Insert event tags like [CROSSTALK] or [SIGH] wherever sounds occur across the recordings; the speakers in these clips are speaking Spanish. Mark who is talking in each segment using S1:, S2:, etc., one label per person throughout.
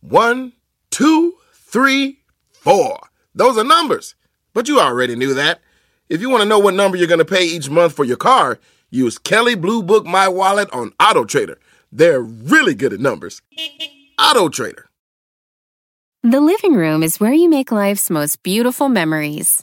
S1: One, two, three, four. Those are numbers. But you already knew that. If you want to know what number you're going to pay each month for your car, use Kelly Blue Book My Wallet on Auto Trader. They're really good at numbers. Auto Trader.
S2: The living room is where you make life's most beautiful memories.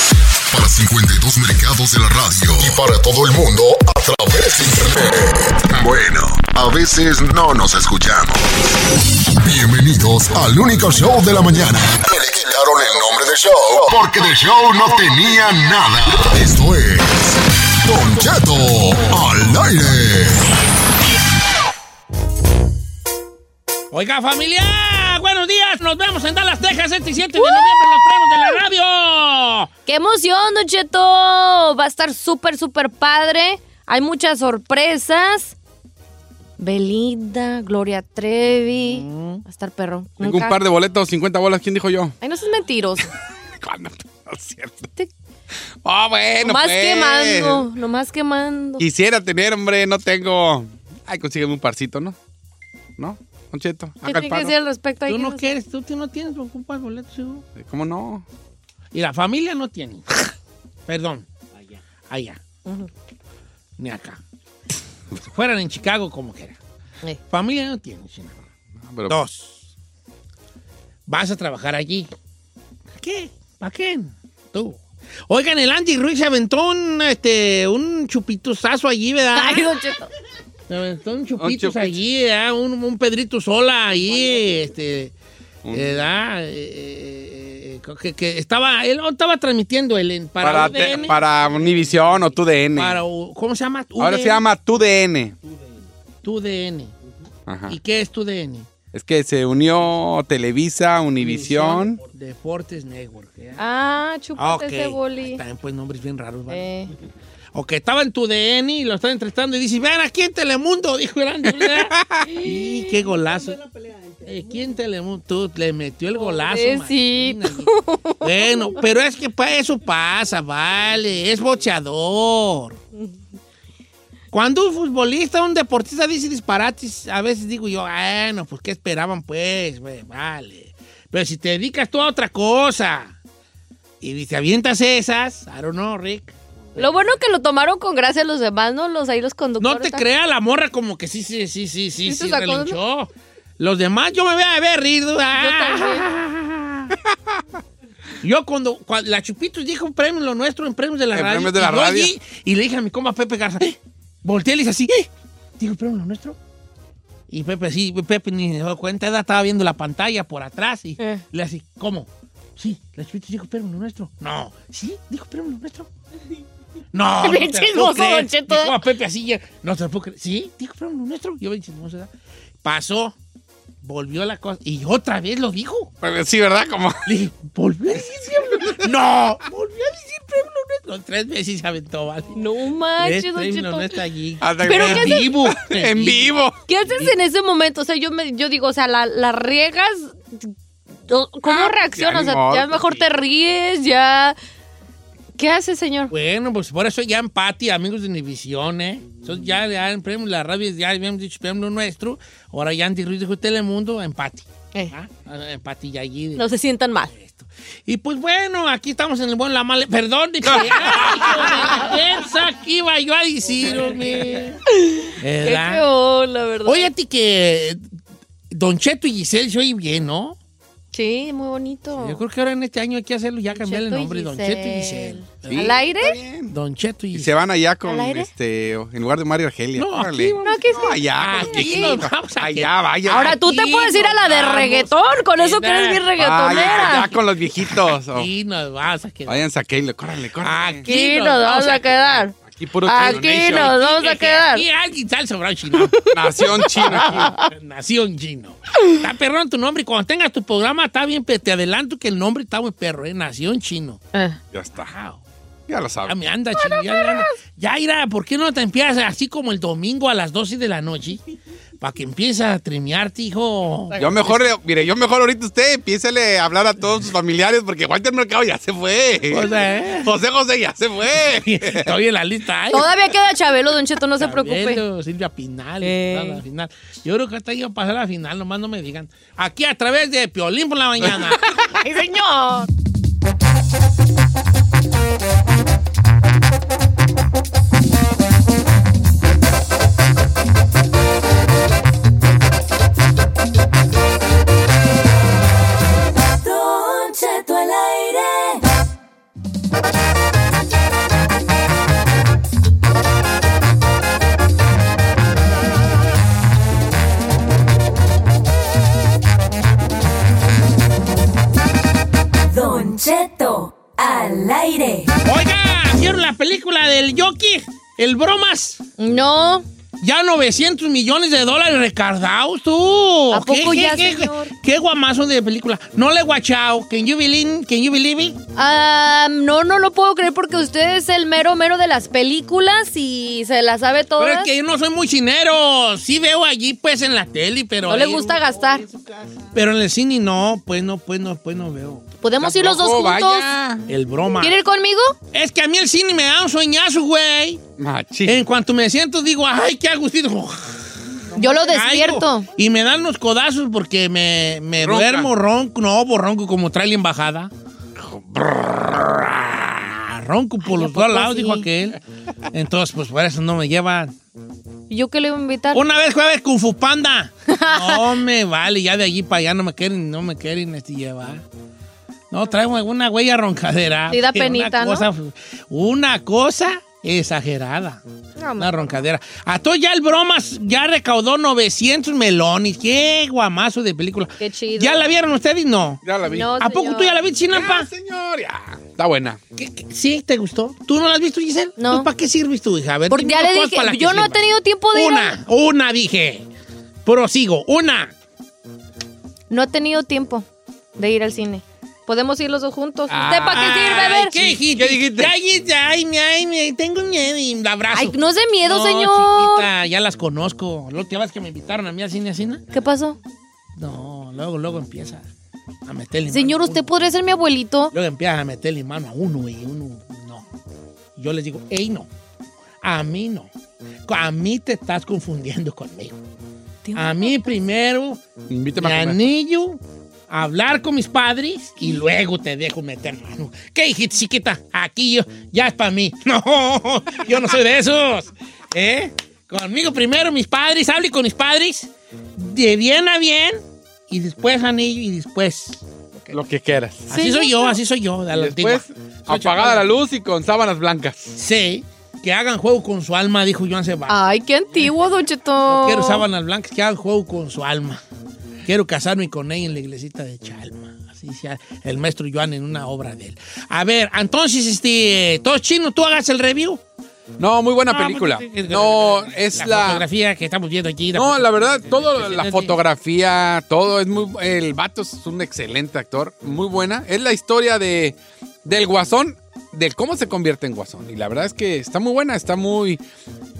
S3: Para 52 mercados de la radio y para todo el mundo a través de internet. Bueno, a veces no nos escuchamos. Bienvenidos al único show de la mañana. Me le quitaron el nombre de show porque de show no tenía nada. Esto es Don Cheto al aire.
S4: Oiga, familia, buenos días. Nos vemos en Dallas, Texas, este 7 de noviembre, los premios de la radio.
S5: ¡Qué emoción, Don Cheto! Va a estar súper, súper padre. Hay muchas sorpresas. Belinda, Gloria Trevi.
S4: Mm.
S5: Va a estar perro.
S6: Tengo un
S5: Nunca-
S6: par de boletos, 50 bolas. ¿Quién dijo yo?
S5: Ay, no seas
S4: [LAUGHS]
S5: mentiroso.
S6: ¿Cuándo? No es cierto. Ah, bueno,
S5: nomás
S6: pues.
S5: quemando, nomás quemando.
S6: Quisiera tener, hombre, no tengo. Ay, consígueme un parcito, ¿no? ¿No? Concheto,
S5: ¿Qué
S6: haga el
S5: tiene que
S6: paro.
S5: decir al respecto ahí?
S4: Tú no
S5: ¿Qué
S4: quieres, tú no tienes preocupas boletos, hijo.
S6: ¿Cómo no?
S4: Y la familia no [LAUGHS] tiene. Perdón. Allá. Ni acá. Si fueran en Chicago, como quiera.
S5: Eh.
S4: Familia no tiene, chino.
S6: Ah, pero-
S4: Dos. Vas a trabajar allí. ¿A qué? ¿Para qué? Tú. Oigan, el Andy Ruiz se aventó un, este, un chupituzazo allí, ¿verdad?
S5: Ay, Don Cheto.
S4: Se aventó un chupitos
S6: chupito.
S4: allí, ¿verdad? Un, un Pedrito Sola ahí, este,
S6: Un-
S4: ¿verdad? Eh, eh, eh, que, que estaba, él estaba transmitiendo él en, para,
S6: Para, te-
S4: UDN,
S6: para Univision o TUDN.
S4: para U- ¿cómo se llama?
S6: Ahora
S4: UDN.
S6: se llama TUDN.
S4: TUDN.
S6: Ajá.
S4: ¿Y qué es TUDN?
S6: Es que se unió Televisa, Univision.
S4: Deportes Network. ¿verdad?
S5: Ah,
S4: Ah,
S5: chúpate
S4: ok.
S5: ese boli.
S4: También pues nombres bien raros, ¿vale?
S5: Eh,
S4: Ok, estaba en tu DN y lo estaba entrevistando y dice, vean aquí en Telemundo, [LAUGHS] dijo el Andy. y qué golazo. Aquí en Telemundo, tú le metió el golazo.
S5: eh, Pobrecito.
S4: imagínate. Bueno, pero es que pa- eso pasa, vale, es bochador. Cuando un futbolista, un deportista dice disparates, a veces digo yo, bueno, pues qué esperaban pues, Ve, vale. Pero si te dedicas tú a otra cosa y te avientas esas, I don't know, Rick.
S5: Lo bueno que lo tomaron con gracia los demás, ¿no? Los ahí los
S4: No
S5: conductores.
S4: te creas, la morra como que sí, sí, sí, sí, sí,
S5: ¿Sí
S4: sí,
S5: se sacó,
S4: relinchó. Los demás yo me voy a ver rir. ¿no? Ah. Yo cuando, cuando la Chupitos dijo un premio, lo nuestro en premios de la
S6: En
S4: radio.
S6: premios de la
S4: y yo
S6: radio.
S4: allí, y le dije a mi compa Pepe Garza, ¡Eh! volteé y le hice así, ¡eh! Digo, premio lo nuestro. Y Pepe, sí, Pepe ni se dio cuenta, era- estaba viendo la pantalla por atrás y
S5: Eh.
S4: le así, ¿cómo? Sí, la Chupitos dijo premio lo nuestro. No, sí, dijo premio lo nuestro.
S5: [LAUGHS]
S4: No, no
S5: Bien
S4: te la puedo
S5: chismoso,
S4: creer.
S5: Don Cheto.
S4: Dijo a Pepe así, ya, no te lo puedo creer. Sí, dijo, pero lo nuestro. Yo bien chismoso, ¿verdad? Pasó, volvió la cosa. Y otra vez lo dijo.
S6: Pues, Sí, ¿verdad?
S4: [LAUGHS]
S6: Como.
S4: Le dije, volvió a decir siempre. ¡No! Volvió a decir premio lo nuestro. Tres veces se aventó, ¿vale?
S5: No
S4: Tres
S5: manches, Don
S4: premios lo
S5: Cheto.
S4: nuestro allí.
S6: Hasta
S5: Pero
S6: que-
S5: ¿qué
S4: en
S5: haces?
S4: vivo.
S6: En vivo.
S5: ¿Qué haces en ese momento? O sea, yo, me, yo digo, o sea, la, la riegas. do- ¿Cómo reaccionas?
S6: ni
S5: O sea,
S6: modo,
S5: ya mejor
S6: sí.
S5: te ríes, ya. ¿Qué haces, señor?
S4: Bueno, pues por eso ya en Pati, amigos de Univisión, ¿eh? Entonces ya, ya en premio, la radio, ya habíamos dicho premio lo nuestro. Ahora ya Andy Ruiz dijo Telemundo, empate.
S5: Eh,
S4: ¿Ah? Empate y allí.
S5: no se sientan mal.
S4: Y pues bueno, aquí estamos en el buen la mala. Perdón,
S6: [LAUGHS]
S4: dije. aquí iba yo a decir, hombre.
S5: Qué
S4: ¿Verdad?
S5: feo, la verdad.
S4: eh, Oye, a ti que Don Cheto y Giselle se oye bien, ¿no?
S5: Sí, muy bonito.
S4: Yo creo que ahora en este año hay que hacerlo ya cambiar el
S5: Cheto y
S4: nombre, Don Cheto y Giselle.
S6: Sí,
S5: ¿Al aire?
S6: está bien.
S4: Don Cheto y
S6: Y se van allá con
S5: ¿Al aire?
S6: este, en lugar de Mario Argelia.
S4: No, aquí
S6: Órale.
S4: vamos.
S5: No, aquí sí.
S6: allá,
S4: Aquí
S6: aquí,
S4: nos vamos a
S6: allá,
S4: quedar.
S6: vaya.
S5: Ahora tú te
S4: Aquí
S5: puedes ir a la de
S4: nos
S5: reggaetón, con eso que
S4: vamos a
S5: eres bien
S4: quedar.
S6: Vaya,
S5: reggaetonera.
S6: allá con los viejitos. o-
S4: Aquí nos vas a quedar.
S6: Váyanse a Keilo, córrele, córrele.
S4: Aquí.
S5: Aquí nos vamos a quedar.
S6: Aquí puro
S5: Aquí
S6: Keilo
S5: nos
S6: Nation.
S5: vamos a quedar.
S4: Y alguien sale sobrado chino.
S5: [LAUGHS]
S6: Nación china. [LAUGHS] aquí.
S4: Nación Chino. Está perrón tu nombre. Cuando tengas tu programa, está bien. pero Te adelanto que el nombre está muy perro, ¿eh? Nación Chino.
S5: Eh.
S6: Ya está,
S4: Wow.
S6: ya lo
S5: Ah,
S4: Ya
S6: saben.
S4: Ah, me anda, chino. Ya, me anda. ya irá, ¿por qué no te empiezas así como el domingo a las 12 de la noche? Para que empieces a trimearte, hijo. [LAUGHS]
S6: Yo mejor, le- mire, yo mejor ahorita usted empiécele a hablar a todos sus familiares porque Walter Mercado ya se fue.
S4: O sea, ¿eh?
S6: José José ya se fue.
S4: Estoy en la lista. ¿eh?
S5: Todavía queda Chabelo, Don Cheto, no se preocupe.
S4: Chabelo, Silvia Pinal,
S5: Eh.
S4: a la final. Yo creo que hasta iba a pasar a la final, nomás no me digan. Aquí a través de Piolín por la
S5: [LAUGHS]
S4: mañana.
S5: ¡Ay, señor!
S7: Don Cheto, al aire.
S4: Oiga, ¿vieron la película del Yoki? El Bromas.
S5: No,
S4: Ya 900 millones de dólares recardados, tú.
S5: ¿A poco ya,
S4: qué,
S5: señor?
S4: qué guamazo de película. No le he guachao. Can you believe, can you believe it?
S5: ah, no, no lo puedo creer porque usted es el mero mero de las películas y se las sabe
S4: Pero
S5: todas.
S4: es que yo no soy muy chinero. Sí veo allí, pues, en la tele, pero...
S5: No le
S4: ahí-
S5: gusta gastar.
S4: Pero en el cine no, pues no, pues no, pues no veo.
S5: ¿Podemos ir los dos
S6: Tampoco,
S5: juntos?
S6: vaya.
S4: El broma.
S5: ¿Quiere ir conmigo?
S4: Es que a mí el cine me da un sueñazo, güey.
S6: [LAUGHS] Machín.
S4: En cuanto me siento, digo, ay, qué agustito.
S5: Yo lo
S4: Caigo.
S5: despierto.
S4: Y me dan los codazos porque me, me
S6: Ronca.
S4: duermo ronco. No, pues ronco como trae la embajada. Brrrr, Ronco por
S5: Ay, ¿a
S4: los
S5: poco
S4: dos lados,
S5: sí?
S4: dijo aquel. Entonces, pues por eso no me llevan.
S5: ¿Y yo qué le voy a invitar?
S4: Una vez jueves Kung Fu Panda. No me vale, ya de allí para allá no me quieren, no me quieren este, llevar. No, traigo alguna huella roncadera.
S5: Sí da
S4: pero
S5: penita,
S4: una
S5: ¿no?
S4: cosa, una cosa exagerada.
S5: No,
S4: Una roncadera. A todo ya el bromas ya recaudó 900 melones. Qué guamazo de película.
S5: Qué chido.
S4: ¿Ya la vieron ustedes? No.
S6: Ya la vi.
S5: No,
S4: ¿A poco
S5: señor.
S4: tú ya la viste,
S6: Ya,
S4: Chinampa?
S6: señor, ya. Está buena.
S4: ¿Qué- qué- ¿Sí? ¿Te gustó? ¿Tú no la has visto, Giselle?
S5: No.
S4: ¿Para qué sirves tú, hija? A ver,
S5: Porque
S4: dime
S5: ya le
S4: cosas
S5: dije,
S4: para las que
S5: yo no he
S4: sirvas.
S5: tenido tiempo de ir a-
S4: Una, una dije. Prosigo, una.
S5: No he tenido tiempo de ir al cine. Podemos ir los dos juntos. ¿Usted para qué sirve, a
S4: Ay,
S5: ver?
S4: ¿Qué dijiste? ¿Qué dijiste? Ay, ay, mi- ay, mi- tengo miedo y la abrazo.
S5: Ay, no es de miedo,
S4: No,
S5: señor.
S4: chiquita, ya las conozco. ¿Lo te vas que me invitaron a mí al cine a cena?
S5: ¿Qué pasó?
S4: No, luego, luego empieza a meterle.
S5: Señor,
S4: mano a uno.
S5: usted podría ser mi abuelito.
S4: Luego empiezas a meterle mano a uno y uno no. Yo les digo, ey, no. A mí no. A mí te estás confundiendo conmigo. A mí primero
S6: Invíteme
S4: mi
S6: a comer.
S4: anillo, hablar con mis padres y luego te dejo meter mano. ¿Qué dijiste, chiquita? Aquí yo, ya es para mí. [LAUGHS] No, yo no soy de esos. ¿Eh? Conmigo primero mis padres, hable con mis padres de bien a bien y después anillo y después.
S6: Lo que quieras.
S4: Así soy yo, así soy yo, de
S6: Y
S4: la
S6: después,
S4: antigua. Soy
S6: apagada
S4: chaparro.
S6: la luz y con sábanas blancas.
S4: Sí, que hagan juego con su alma, dijo Joan Sebastián.
S5: Ay, qué antiguo, Don Cheto.
S4: No quiero sábanas blancas, que hagan juego con su alma. Quiero casarme con ella en la iglesita de Chalma. Así sea el maestro Joan en una obra de él. A ver, entonces, este, todo chino, tú hagas el review.
S6: No, muy buena
S4: No,
S6: película.
S4: pues, es que-
S6: No, es
S4: La
S6: la.
S4: fotografía que estamos viendo aquí.
S6: No, la verdad, todo
S4: Sí, sí,
S6: la
S4: sí.
S6: fotografía, todo es muy el vato es un excelente actor, muy buena. Es la historia de del guasón, del cómo se convierte en guasón y la verdad es que está muy buena, está muy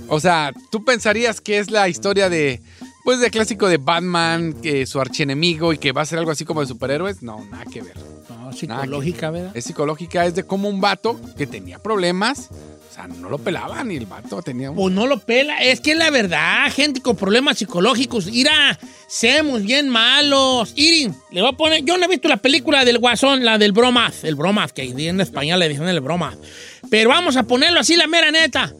S6: o sea, tú pensarías que es la historia de pues de clásico de Batman, que su archienemigo y que va a ser algo así como de superhéroes, no, nada que ver.
S4: No, psicológica, ¿verdad?
S6: Es psicológica, es de cómo un vato que tenía problemas, o sea, no lo pelaban y el vato tenía un
S4: Pues no lo pela. Es que la verdad, gente con problemas psicológicos, irá, seamos bien malos. Irin, le voy a poner. Yo no he visto la película del Guasón, la del Bromaz, el Bromaz, que en español le dicen el Bromaz. Pero vamos a ponerlo así, la mera neta.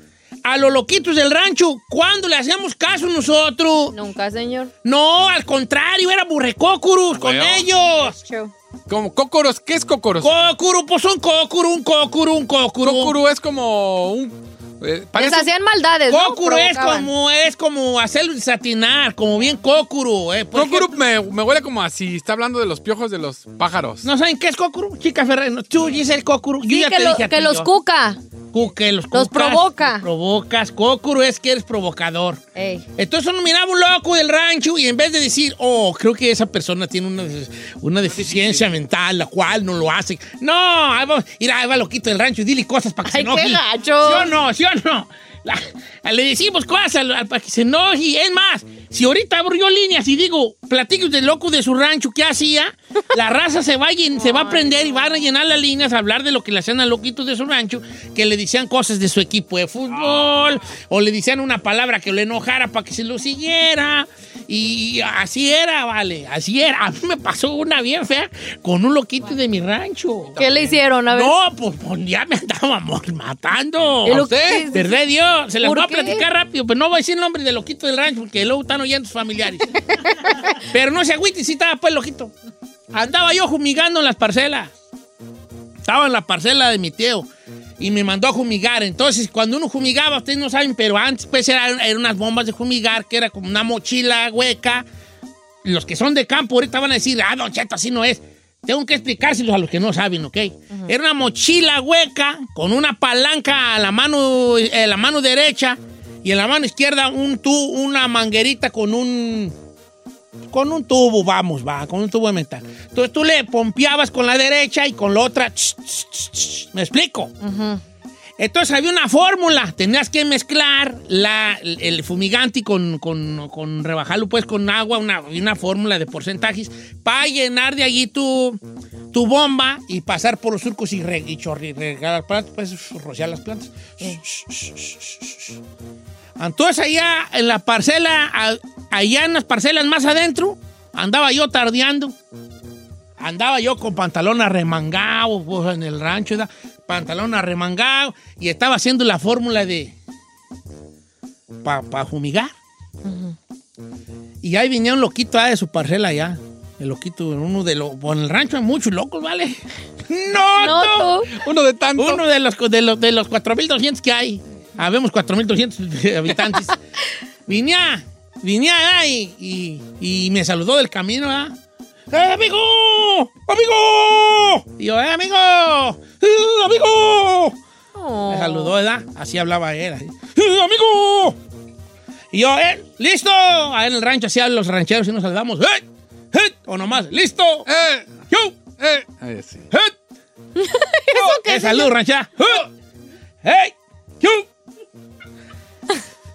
S4: A los loquitos del rancho, ¿cuándo le hacíamos caso nosotros?
S5: Nunca, señor.
S4: No, al contrario, era burrecócuros con
S6: Bueno.
S4: ellos.
S5: True.
S6: Como cócoros, ¿qué es cócoros?
S4: Cocuru, pues un cocuru, un cocuru, un cocuru.
S6: Cócoro es como un... eh,
S5: Les
S6: parece-
S5: hacían maldades, ¿no?
S4: Cocuru es
S5: Provocaban.
S4: como, es como hacer satinar, como bien cocuru. Eh. Por
S6: Cócoro
S4: ejemplo,
S6: me, me huele como así, está hablando de los piojos de los pájaros.
S4: ¿No saben qué es cocuru? Chica Ferrer, no, tú dices el cocuru. Yo
S5: Sí,
S4: ya
S5: que,
S4: te
S5: lo-
S4: dije a
S5: que
S4: ti,
S5: los
S4: yo.
S5: cuca.
S4: Cu- que los,
S5: Los
S4: cucas,
S5: provoca.
S4: los provocas. Cocuru es que eres provocador.
S5: Ey.
S4: Entonces uno miraba un loco del rancho y en vez de decir, oh, creo que esa persona tiene una, des- una deficiencia mental, la cual no lo hace. No, ahí va, mira, ahí va loquito del rancho y dile cosas para que
S5: Ay,
S4: se enoje.
S5: qué gacho.
S4: ¿Sí o no? ¿Sí o no? La- le decimos cosas al- al- para que se enoje. y Es más, si ahorita abro yo líneas y digo, platillos del loco de su rancho, ¿qué hacía? La raza se va, a llen- se va a prender y van a llenar las líneas a hablar de lo que le hacían a loquitos de su rancho, que le decían cosas de su equipo de fútbol, o le decían una palabra que lo enojara para que se lo siguiera. Y así era, vale, así era. A mí me pasó una bien fea con un loquito de mi rancho.
S5: ¿Qué le hicieron? A ver.
S4: No, pues, pues, ya me estábamos matando.
S5: ¿El
S4: ¿A
S5: lo-
S4: usted?
S5: sí, sí,
S4: ¿Verdad, Dios? Se las
S5: ¿Por
S4: voy a
S5: qué?
S4: platicar rápido, pero no voy a decir el nombre del loquito del rancho porque luego están oyendo sus familiares.
S5: [LAUGHS]
S4: pero no se agüite, sí estaba pues loquito. Andaba yo jumigando en las parcelas. Estaba en la parcela de mi tío y me mandó a jumigar. Entonces, cuando uno jumigaba, ustedes no saben, pero antes pues eran, eran unas bombas de jumigar que era como una mochila hueca los que son de campo ahorita van a decir, ah, don Cheto, así no es. Tengo que explicárselos a los que no saben, ¿ok? Era una mochila hueca con una palanca a la mano, eh, la mano derecha y en la mano izquierda un tu, una manguerita con un con un tubo, vamos, va, con un tubo de metal. Entonces tú le pompeabas con la derecha y con la otra. ch, ch, ch, ch, ¿Me explico? Entonces había una fórmula. Tenías que mezclar la, el fumigante con, con, con rebajarlo pues con agua, una, una fórmula de porcentajes, para llenar de allí tu, tu bomba y pasar por los surcos y, re, y chorri- regar las plantas, pues rociar las plantas. Entonces allá en la parcela, a- allá en las parcelas más adentro, andaba yo tardeando. Andaba yo con pantalón arremangado, pues en el rancho, ¿verdad? pantalón arremangado, y estaba haciendo la fórmula de. para fumigar. Y ahí venía un loquito ah, de su parcela allá. El loquito, uno de los. Bueno, en el rancho hay muchos locos, ¿vale? [LAUGHS] ¡No!
S5: No, tú.
S6: Uno de tanto.
S4: Uno de los, de los, de los 4.200 que hay. Habemos 4.200 [LAUGHS] habitantes. vinía, vinía ¿verdad? ah, y, y, y me saludó del camino, ¿verdad? ¡Eh, amigo! ¡Amigo! Y yo, "Eh, amigo! ¡Eh, ¡Amigo! Me saludó, ¿verdad? Así hablaba él. así, "Eh, ¡Amigo! Y yo, "Eh, ¡Listo! Ahí en el rancho así hablan los rancheros y nos saludamos. ¡Eh! ¡Eh! O nomás, ¡listo!
S6: Eh,
S4: ¡Yo!
S6: eh. Ahí sí.
S4: ¡Hut! ¡Eh, salud, rancha! ¡Hut! ¡Hey! ¡Yu!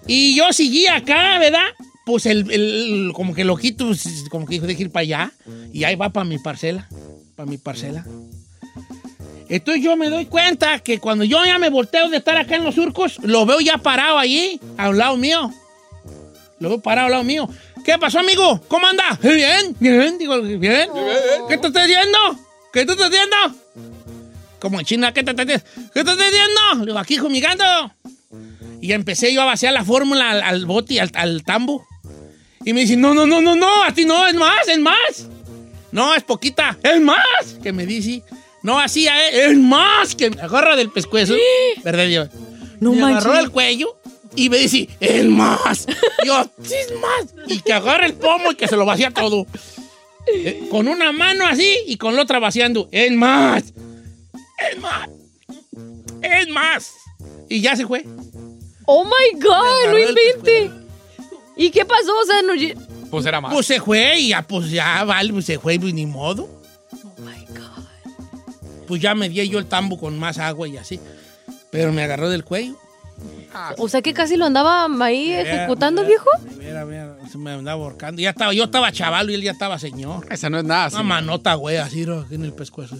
S4: Y yo seguí acá, ¿verdad? Pues el, el- como que loquito, pues, como que dijo, de ir para allá. Y ahí va para mi parcela, para mi parcela. Entonces yo me doy cuenta que cuando yo ya me volteo de estar acá en los surcos, lo veo ya parado allí, a un lado mío. Lo veo parado al lado mío. ¿Qué pasó, amigo? ¿Cómo anda? ¿Eh, Bien, bien, digo, bien. ¿Qué te estás haciendo? ¿Qué te estás haciendo? Como en China, ¿qué te estás haciendo? ¿Qué te estás haciendo? Le digo, aquí jumigando. Y empecé yo a vaciar la fórmula al, al bote, al, al tambo. Y me dice, no, no, no, no, no, a ti no, es más, es más. No, es poquita, es más. Que me dice, no, así, eh, es más. Que me agarra del
S5: [GASPS]
S4: pescuezo. ¿Verdad, Dios?
S5: No
S4: me agarró
S5: manches.
S4: el cuello y me dice, es más. Yo, sí, es más. Y que agarra el pomo y que se lo vacía todo. Eh, con una mano así y con la otra vaciando. Es más. Es más. Es más. Y ya se fue.
S5: Oh my God, no
S4: Agarró el
S5: invente. ¿Y qué pasó? O sea, no. lle-
S6: Pues era más.
S4: Pues se fue y ya, pues ya, vale, pues se fue, pues ni modo.
S5: Oh my God.
S4: Pues ya me di yo el tambo con más agua y así. Pero me agarró del cuello. Ah.
S5: O sea, que casi lo andaba ahí
S4: Eh,
S5: ejecutando, viejo.
S4: Mira, mira, se me andaba ahorcando. Ya estaba, yo estaba chaval y él ya estaba señor.
S6: Esa no es nada.
S4: Una
S6: sí.
S4: manota, güey, así ¿no? Aquí en el pescuezo.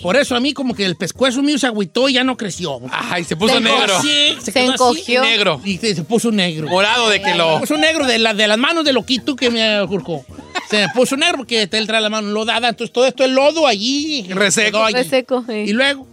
S4: Por eso a mí como que el pescuezo mío se agüitó y ya no creció.
S6: Ay, se puso
S5: Se
S6: negro.
S5: encogió.
S4: Sí, se,
S5: Se
S4: quedó así.
S5: encogió.
S6: Negro.
S4: Y se, se puso negro.
S6: Morado de que
S4: Se
S6: lo.
S4: puso negro de, la- de las manos de loquito que me curcó. Se me puso negro porque él trae la mano lodada. Entonces todo esto es lodo allí.
S6: Reseco.
S4: quedó allí.
S5: Reseco, eh.
S4: Y luego,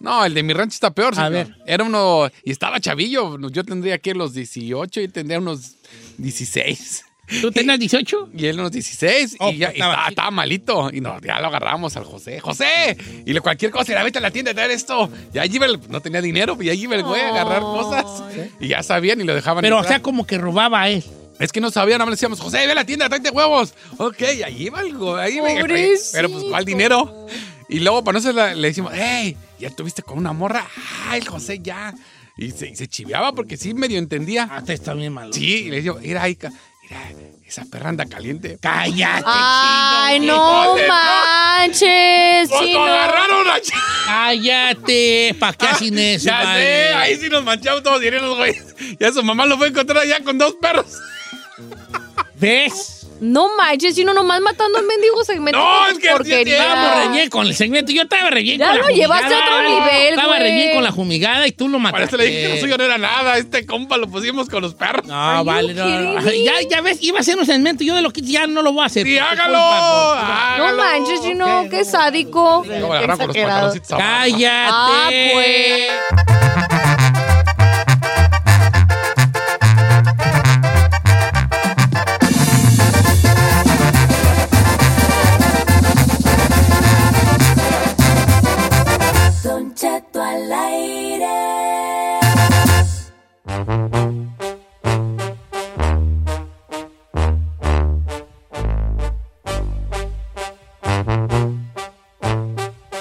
S6: No, el de mi rancho está peor.
S4: A
S6: señor.
S4: ver.
S6: Era uno. Y estaba chavillo. Yo tendría que los 18 y tendría unos 16.
S4: ¿Tú tenías 18?
S6: Y él unos 16
S4: Oh,
S6: y ya
S4: pues,
S6: y
S4: estaba
S6: estaba,
S4: chico.
S6: estaba malito. Y no, ya lo agarramos al José. ¡José! Y le cualquier cosa, era vete a la tienda a traer esto. Y allí iba el- no tenía dinero, pues y allí iba el güey a agarrar cosas. Y ya sabían y lo dejaban.
S4: Pero, o
S6: entrar.
S4: sea, como que robaba a él.
S6: es que no sabían, nada más le decíamos, José, ve a la tienda, tráete huevos. Ok, y allí iba el güey. ahí iba el güey.
S5: Pobrecito.
S6: Pero pues, ¿cuál dinero? Y luego, para no ser la- le decimos, hey, ya estuviste con una morra. ¡Ay, el José, ya! Y se, y se chiveaba porque sí medio entendía.
S4: Ah, te está bien malo.
S6: Sí, y le digo, mira, ahí, ca- mira, esa perra anda caliente.
S4: Cállate,
S5: Ay,
S4: chino.
S5: no
S6: Híjole, no.
S5: manches,
S6: ¡Nos
S5: chino.
S6: agarraron allá!
S4: Cállate. ¿Para qué hacen eso?
S6: Ah, [LAUGHS] Ya
S4: vale?
S6: sé, ahí sí nos manchamos todos dineros, güey. Ya su mamá lo fue a encontrar allá con dos perros.
S4: ¿Ves?
S5: No manches, chino, nomás matando a mendigo segmento.
S6: No,
S5: con
S6: es
S5: tus
S6: que
S5: porquerías.
S4: Estábamos re bien con el segmento. Yo estaba re bien
S5: Ya
S4: con la
S5: lo llevaste a otro
S4: jumigada.
S5: nivel,
S4: Estaba re
S5: güey.
S4: bien con la jumigada y tú lo
S6: Para
S4: mataste.
S6: eso le dije que lo suyo no era nada. Este compa lo pusimos con los perros.
S4: No,
S5: you
S4: vale, no. no.
S5: kidding
S4: Ya, ya ves, iba a hacer un segmento. Yo de lo que ya no lo voy a hacer.
S6: ¡Sí,
S4: Por tu
S6: hágalo! Ah,
S4: culpa, por tu-
S5: No
S6: ¡Hágalo!
S5: manches, chino, qué sádico.
S6: Luego me agarraron con los
S5: Exagerado.
S6: pantaloncitos abajo.
S4: Cállate.
S5: Ah, pues.
S7: Don Cheto al aire.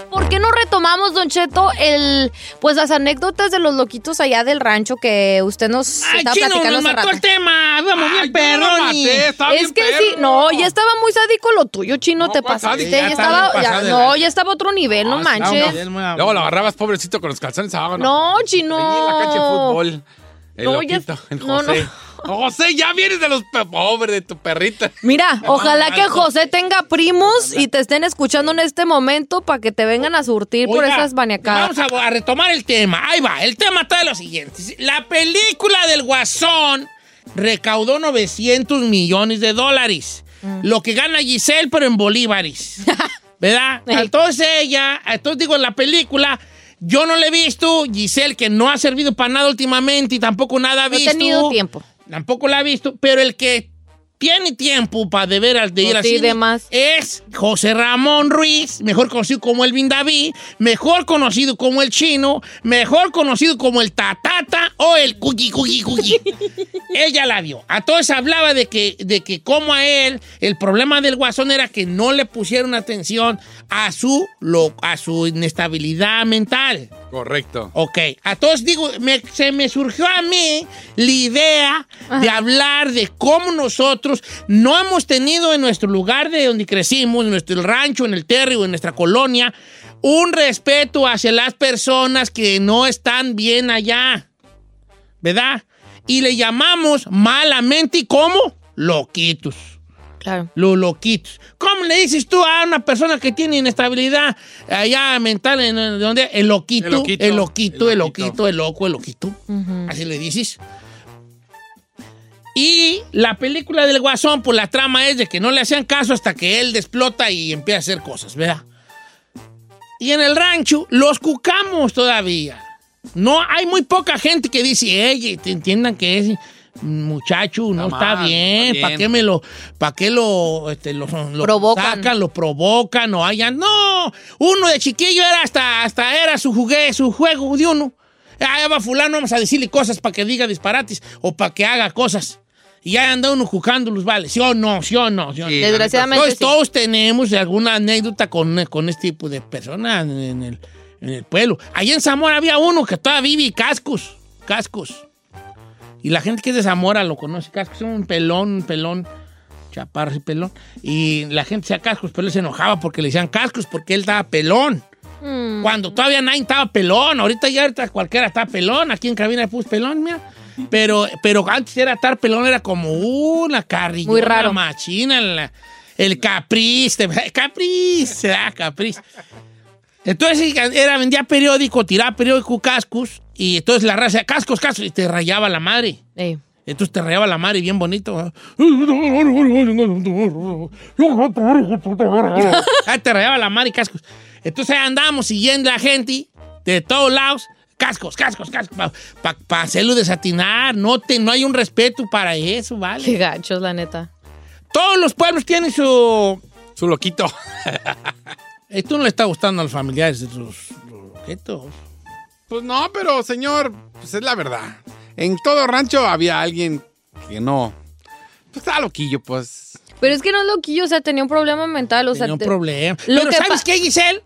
S5: ¿Por qué no retomamos, Don Cheto, el, pues las anécdotas de los loquitos allá del rancho que usted nos
S4: Ay,
S5: estaba
S4: chino,
S5: platicando
S4: nos
S5: hace
S4: mató
S5: rato?
S4: el tema. Íbamos
S6: Ay,
S4: bien,
S6: yo no
S4: perro.
S6: lo maté, estaba
S5: Es
S6: bien
S5: que sí,
S6: perro.
S5: no, ya estaba muy sádico lo tuyo, chino,
S6: No,
S5: te
S6: ¿cuál
S5: pasaste.
S6: sádico?
S5: Ya
S4: pues, Ya estaba
S5: estaba,
S4: bien
S5: ya-
S4: pasado de
S5: no,
S4: lanza.
S5: ya estaba a otro nivel, no, manches.
S6: Luego lo agarrabas, pobrecito, con los calzones abajo.
S5: No,
S6: Ahí en la cancha de
S5: chino.
S6: fútbol. El
S5: No, ya-
S6: loquito, el
S5: no,
S6: José. José, ya vienes de los pe- pobre de tu perrita.
S5: Mira, ojalá que
S4: no, no.
S5: José tenga primos y te estén escuchando en este momento para que te vengan a surtir por
S4: Oiga, Vamos
S5: esas maniacadas.
S4: a, a retomar el tema. Ahí va. El tema está de lo siguiente. La película del Guasón recaudó 900 millones de dólares.
S5: Mm.
S4: Lo que gana Giselle, pero en
S5: [LAUGHS]
S4: bolívares. ¿Verdad?
S5: Ey.
S4: Entonces ella, entonces digo, en la película, yo no la he visto. Giselle, que no ha servido para nada últimamente y tampoco nada ha
S5: No he
S4: visto.
S5: tenido tiempo.
S4: Tampoco la ha visto, pero el que tiene tiempo para de veras de
S5: No
S4: ir al
S5: tiene
S4: cine
S5: más.
S4: es José Ramón Ruiz, mejor conocido como el David, mejor conocido como el Chino, mejor conocido como el Tatata o el Cuqui Cuqui Cuqui. Ella la vio. A todos hablaba de que, de que como a él, el problema del guasón era que no le pusieron atención a su, lo- a su inestabilidad mental.
S6: Correcto.
S4: Ok, a todos digo, me- se me surgió a mí la idea de hablar de cómo nosotros no hemos tenido en nuestro lugar de donde crecimos, en nuestro rancho, en el terrio, en nuestra colonia, un respeto hacia las personas que no están bien allá, ¿verdad? Y le llamamos malamente y como loquitos.
S5: Claro.
S4: Los loquitos. ¿Cómo le dices tú a una persona que tiene inestabilidad allá mental en, en donde el loquito, el
S6: El
S4: loquito,
S6: loquito.
S4: el loquito, el
S6: El loquito.
S4: loco, el loquito? Así le dices. Y la película del Guasón, pues la trama es de que no le hacían caso hasta que él desplota y empieza a hacer cosas, ¿verdad? Y en el rancho los cucamos todavía. No, hay muy poca gente que dice, ey, te entiendan que es muchacho, no
S6: Está
S4: está,
S6: mal,
S4: bien,
S6: está bien.
S4: ¿para qué me lo, para qué lo, este, lo, lo
S5: Provocan.
S4: sacan, lo provocan o hayan? No, uno de chiquillo era hasta, hasta era su jugué, su juego de uno. Allá va fulano, vamos a decirle cosas para que diga disparates o para que haga cosas. Y ya anda uno jugándolos, vale, sí o no, sí o no, sí o no.
S6: Sí,
S5: Desgraciadamente.
S4: Entonces,
S5: sí.
S4: todos tenemos alguna anécdota con, con este tipo de personas en el, en el pueblo. Allá en Zamora había uno que todavía vive y cascos, cascos. Y la gente que es de Zamora lo conoce, cascos, es un pelón, un pelón, chaparro y pelón. Y la gente decía cascos, pero él se enojaba porque le decían cascos porque él estaba pelón.
S5: Mm.
S4: Cuando todavía nadie estaba pelón, ahorita ya ahorita cualquiera está pelón, aquí en cabina puse pelón, mira. Pero, pero antes era estar pelón, era como una carrilla.
S5: Muy raro.
S4: Machina, la- el capriz, [LAUGHS] te- capriz, ah, capriz. Entonces era, vendía periódico, tiraba periódico cascos, y entonces la raza, cascos, cascos, y te rayaba la madre.
S5: Ey.
S4: Entonces te rayaba la madre bien bonito. Ah, te rayaba la madre y cascos. Entonces ahí andábamos siguiendo a gente de todos lados. cascos, cascos, cascos, para hacerlo desatinar. No, te, no hay un respeto para eso, ¿vale?
S5: Qué gachos, la neta.
S4: Todos los pueblos tienen su.
S6: Su loquito.
S4: [LAUGHS] Esto no le está gustando a los familiares de sus objetos.
S6: Pues no, pero señor, pues es la verdad. En todo rancho había alguien que no. Pues estaba loquillo, pues.
S5: Pero es que no es loquillo, o sea, tenía un problema mental, o sea.
S4: Tenía un
S5: te-
S4: problema.
S5: Lo
S4: Pero
S5: que
S4: ¿sabes
S5: pa-
S4: qué, Giselle?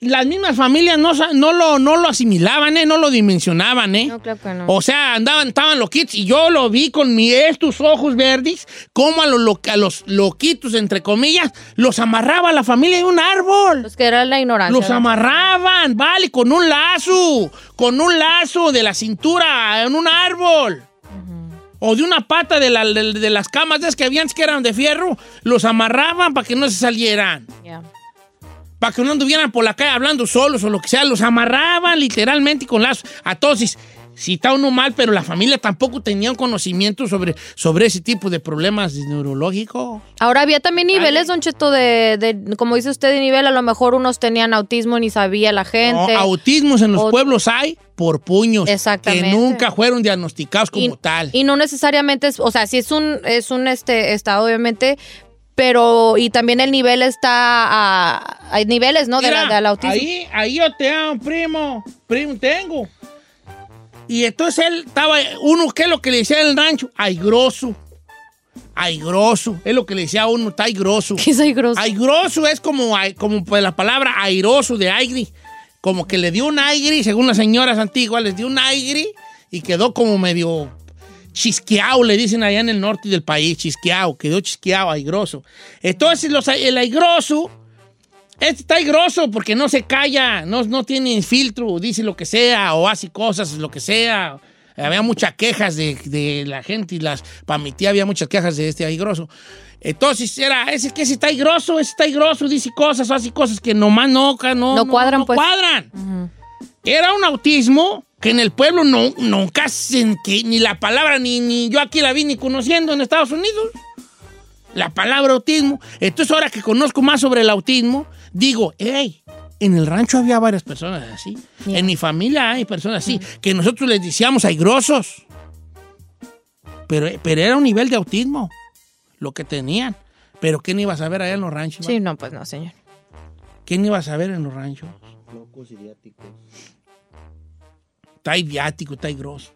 S4: Las mismas familias no, sa- no, lo, no lo asimilaban, ¿eh? No lo dimensionaban, ¿eh?
S5: No, claro que no.
S4: O sea, andaban, estaban loquitos y yo lo vi con mis estos ojos verdes, como a los, lo- a los loquitos, entre comillas, los amarraba la familia en un árbol.
S5: Los que era la ignorancia.
S4: Los
S5: ¿no?
S4: amarraban, vale, con un lazo, con un lazo de la cintura en un árbol. O de una pata de, la- de- de las camas esas que habían que eran de fierro, los amarraban para que no se salieran,
S5: Ya.
S4: para que no anduvieran por la calle hablando solos o lo que sea, los amarraban literalmente con lazos. A todos, si- si está uno mal, pero la familia tampoco tenía un conocimiento sobre, sobre ese tipo de problemas neurológicos.
S5: Ahora había también niveles, Don Cheto, de, de- como dice usted, de nivel. A lo mejor unos tenían autismo, ni sabía la
S4: No,
S5: gente.
S4: autismos en los
S5: Ot-
S4: pueblos hay por puños.
S5: Exactamente.
S4: Que nunca fueron diagnosticados como
S5: y,
S4: tal.
S5: y no necesariamente es, o sea, sí es un, es un este estado, obviamente, pero, y también el nivel está a- hay niveles, ¿no? De la-
S4: Mira,
S5: del autismo.
S4: Ahí, ahí yo tengo un primo, primo tengo. Y entonces él estaba, uno, ¿qué es lo que le decía en el rancho? Ay, grosso. Ay, grosso. Es lo que le decía a uno, está ay, grosso.
S5: [LAUGHS] Que soy grosso.
S4: Aigroso es como, ai- como pues, la palabra airoso de aire. Como que le dio un aire, según las señoras antiguas, les dio un aire y quedó como medio chisqueado, le dicen allá en el norte del país, chisqueado, quedó chisqueado, aigroso. Entonces los, ai- el aigroso, este está aigroso porque no se calla, no, no tiene filtro, dice lo que sea o hace cosas, lo que sea. Había muchas quejas de, de la gente y las, para mi tía había muchas quejas de este aigroso. Entonces era, ese que ese está aigroso, ese está aigroso, dice cosas, hace cosas que nomás no, ca- no,
S5: No cuadran, pues.
S4: cuadran. Era un autismo que en el pueblo no, nunca sentí ni la palabra, ni, ni yo aquí la vi ni conociendo en Estados Unidos la palabra autismo. Entonces, ahora que conozco más sobre el autismo, digo, hey, en el rancho había varias personas así. En mi familia hay personas así, que nosotros les decíamos hay grosos. Pero, eh, pero era un nivel de autismo lo que tenían. Pero ¿quién iba a saber allá en los ranchos?
S5: Sí, no, pues no, señor.
S4: ¿Quién iba a saber en los ranchos? Locos y viáticos. Está ahí viático, está ahí grosso.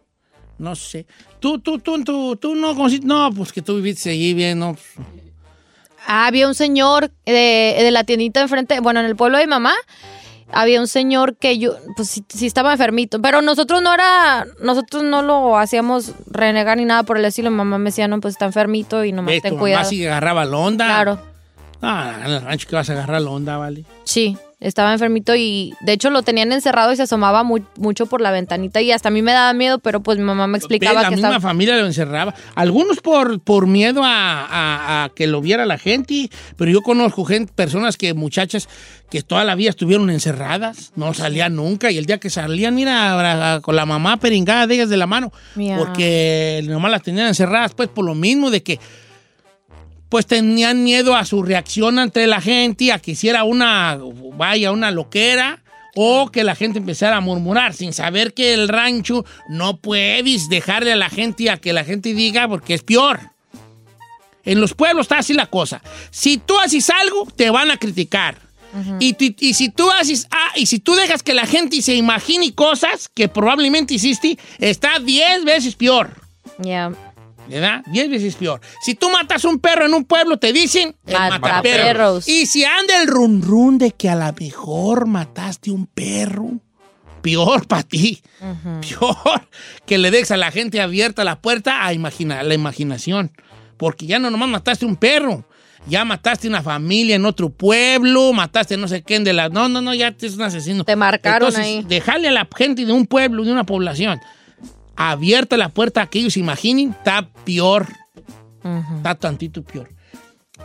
S4: No sé. Tú, tú, tú, tú, tú no conociste- No, pues que tú viviste allí bien, no. pues,
S5: Ah, había un señor de, de la tiendita enfrente, bueno, en el pueblo de mi mamá, había un señor que yo, pues sí, sí estaba enfermito, pero nosotros no era, nosotros no lo hacíamos renegar ni nada por el estilo. Mi mamá me decía, no, pues está enfermito y nomás
S4: Ve,
S5: ten
S4: tu
S5: cuidado.
S4: mamá sí agarraba la onda.
S5: Claro,
S4: Ah, en el rancho que vas a agarrar la onda, ¿vale?
S5: sí, estaba enfermito y de hecho lo tenían encerrado y se asomaba mu- mucho por la ventanita y hasta a mí me daba miedo, pero pues mi mamá me explicaba
S4: la
S5: que
S4: misma
S5: estaba...
S4: familia lo encerraba. Algunos por, por miedo a, a- a que lo viera la gente, pero yo conozco gente, personas que, muchachas, que toda la vida estuvieron encerradas, no salían nunca, y el día que salían, mira, ahora, con la mamá peringada de ellas de la mano,
S5: Mira.
S4: porque nomás las tenían encerradas, pues por lo mismo de que pues tenían miedo a su reacción ante la gente, a que hiciera una, vaya, una loquera, o que la gente empezara a murmurar, sin saber que el rancho no puedes dejarle a la gente a que la gente diga, porque es peor. En los pueblos está así la cosa. Si tú haces algo, te van a criticar. y, ti- y si tú haces ah, y si tú dejas que la gente se imagine cosas que probablemente hiciste, está 10 veces peor.
S5: Ya,
S4: ¿Verdad? Diez veces peor. Si tú matas un perro en un pueblo, te dicen el
S5: Mataperros.
S4: mataperros. Y si anda el run run de que a lo mejor mataste un perro, peor para ti. Peor que le dejes a la gente abierta la puerta a imaginar la imaginación. Porque ya no nomás mataste un perro. Ya mataste una familia en otro pueblo, mataste no sé quién de las. No, no, no, ya es un asesino.
S5: Te marcaron
S4: Entonces,
S5: ahí.
S4: Dejarle a la gente de un pueblo, de una población, abierta la puerta a que ellos se imaginen, está peor. Está tantito peor.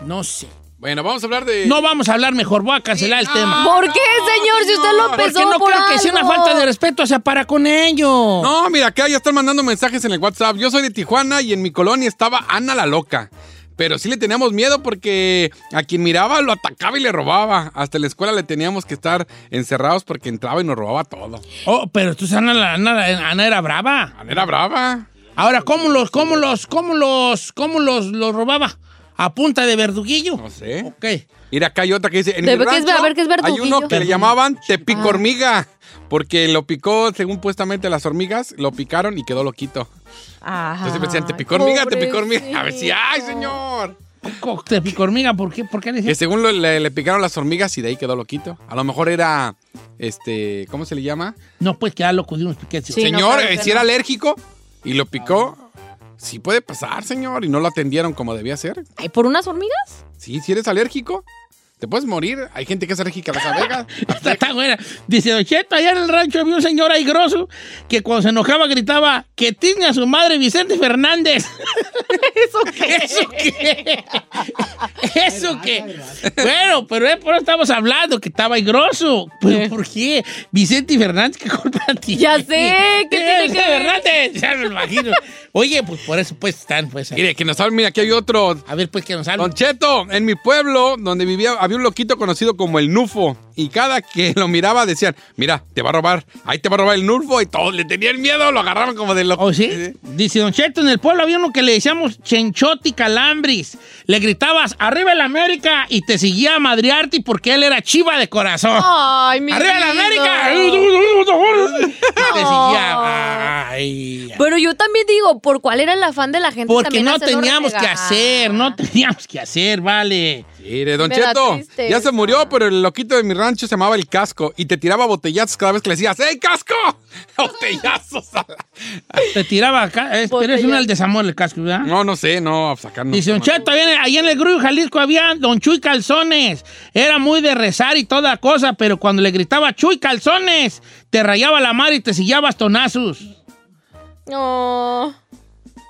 S4: No sé.
S6: Bueno, vamos a hablar de.
S4: No vamos a hablar mejor, voy a cancelar el tema.
S5: ¿Por qué, señor? Si usted lo
S4: Ah, Porque
S5: empezó
S4: no
S5: Ah, por
S4: creo que sea una
S5: algo.
S4: falta de respeto hacia para con ellos.
S6: No, mira, acá ya están mandando mensajes en el WhatsApp. Yo soy de Tijuana y en mi colonia estaba Ana la Loca. Pero sí le teníamos miedo porque a quien miraba lo atacaba y le robaba. Hasta la escuela le teníamos que estar encerrados porque entraba y nos robaba todo.
S4: Oh, pero tú, Ana, Ana, Ana era brava.
S6: Ana era brava.
S4: Ahora, ¿cómo los, cómo los, cómo los, cómo los, los robaba? ¿A punta de verduguillo?
S6: No sé. [LAUGHS]
S4: Ok.
S6: Mira, acá hay otra que dice, en mi
S5: De ver que es-
S6: rancho
S5: a ver Ah. que es
S6: hay uno que
S5: verdugillo.
S6: le llamaban Te pico hormiga, porque lo picó, según puestamente las hormigas, lo picaron y quedó loquito. Entonces me decían, te picó hormiga, te picó hormiga. A ver si, ay, señor.
S4: Co- ¿Te picó hormiga? ¿Por qué? ¿Por qué le
S6: Que
S4: dices?
S6: según lo- le, le picaron las hormigas y de ahí quedó loquito. A lo mejor era, este, ¿cómo se le llama?
S4: No, pues queda loco de unos piquetes.
S5: Sí, no,
S6: señor,
S5: claro
S6: eh,
S5: que
S6: si era
S5: no.
S6: alérgico y lo picó, sí puede pasar, señor, y no lo atendieron como debía ser.
S5: Ay, ¿Por unas hormigas?
S6: Sí, si eres alérgico, te puedes morir. Hay gente que es alérgica a
S5: [LAUGHS]
S6: las abejas.
S4: Está, está buena. Dice, Don Cheto, allá en el rancho había un señor ahí grosso que cuando se enojaba gritaba que tiene a su madre Vicente Fernández.
S5: [LAUGHS] ¿Eso qué?
S4: ¿Eso qué? ¿Eso qué? Bueno, pero es por eso estamos hablando, que estaba ahí grosso. ¿Pero por qué? Vicente Fernández, ¿qué culpa tiene?
S5: [LAUGHS] Ya sé, ¿qué tiene
S4: Vicente
S5: que ver?
S4: Fernández, ya me lo imagino. Oye, pues por eso pues están, pues. ahí.
S6: Mire, que nos hablan, mira, aquí hay otro.
S4: A ver, pues que nos
S6: Don
S4: hablen.
S6: Cheto, en mi pueblo, donde vivía, había un loquito conocido como el Nufo. Y cada que lo miraba decían, mira, te va a robar, ahí te va a robar el Nufo. Y todos le tenían miedo, lo agarraban como de loco.
S4: ¿Oh, sí? Dice Don Cheto, en el pueblo había uno que le decíamos Chenchoti Calambris. Le gritabas, arriba el América, y te seguía a madrearte porque él era chiva de corazón.
S5: Ay, Oh, mi
S4: ¡Arriba el
S5: vida.
S4: América! Y te seguía. Ay.
S5: Pero yo también digo, ¿por cuál era el afán de la gente?
S4: Porque
S5: también
S4: no
S5: hacerlo
S4: teníamos que
S5: renegar?
S4: hacer, no teníamos que hacer, vale.
S6: Mire, Don
S5: Me da
S6: Cheto,
S5: tristeza.
S6: ya se murió, pero el loquito de mi rancho se llamaba el casco. Y te tiraba botellazos cada vez que le decías, ¡Ey, casco! [LAUGHS] ¡Botellazos! a la-
S4: Te tiraba acá, es- pero es
S5: Botella.
S4: una del desamor el casco, ¿verdad?
S6: No, no sé, no, sacarnos.
S4: Dice Don Cheto, ahí en, el- ahí en el Grullo Jalisco había Don Chuy Calzones. Era muy de rezar y toda cosa, pero cuando le gritaba Chuy Calzones, te rayaba la madre y te seguía bastonazos.
S5: No.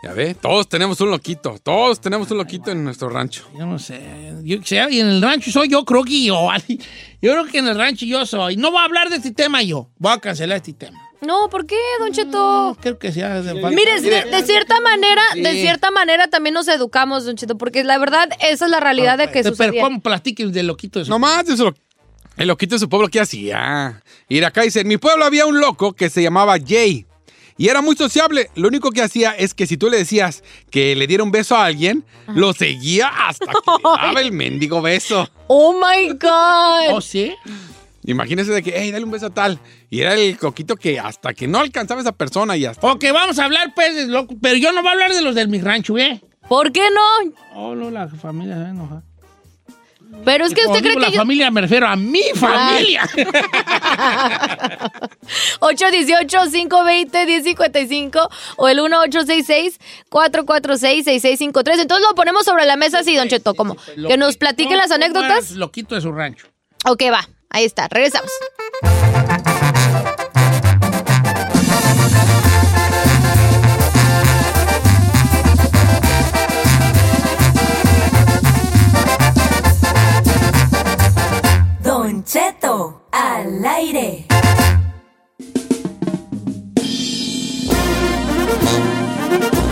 S6: Ya ve, todos tenemos un loquito, todos tenemos un loquito en nuestro rancho.
S4: Yo no sé. Yo, sé, y en el rancho soy yo, creo que yo. [LAUGHS] vale. Yo creo que en el rancho yo soy. No voy a hablar de este tema yo. Voy a cancelar este tema.
S5: No, ¿por qué, Don Cheto?
S4: Creo que sea de falta.
S5: Mire, de, de cierta manera, de cierta manera también nos educamos, Don Cheto, porque la verdad, esa es la realidad de que
S4: Pero,
S5: sucedía.
S4: ¿cómo platiquen de loquito de su-
S6: Nomás, de eso, el loquito de su pueblo, ¿qué hacía? Ir acá dice, en mi pueblo había un loco que se llamaba Jay. Y era muy sociable. Lo único que hacía es que si tú le decías que le diera un beso a alguien, lo seguía hasta que le
S5: [LAUGHS]
S6: daba el mendigo beso.
S5: Oh my
S4: ¿Oh, [LAUGHS]
S5: God.
S4: sí?
S6: Imagínese de que, hey, dale un beso a tal. Y era el coquito que hasta que no alcanzaba esa persona y hasta.
S4: Ok, vamos a hablar, pues, de loco. Pero yo no voy a hablar de los del mi rancho, ¿eh?
S5: ¿Por qué no?
S4: Oh, no, la familia se va a enojar.
S5: Pero es que usted cree
S4: Cuando digo la
S5: que yo. Ah.
S4: familia me refiero a mi familia.
S5: [LAUGHS] 818-520-1055 o el 1866-446-6653. Entonces lo ponemos sobre la mesa así, Don Cheto, como que nos platiquen las anécdotas.
S4: Loquito de su rancho.
S5: Ok, va. Ahí está, regresamos.
S7: Don Cheto al aire.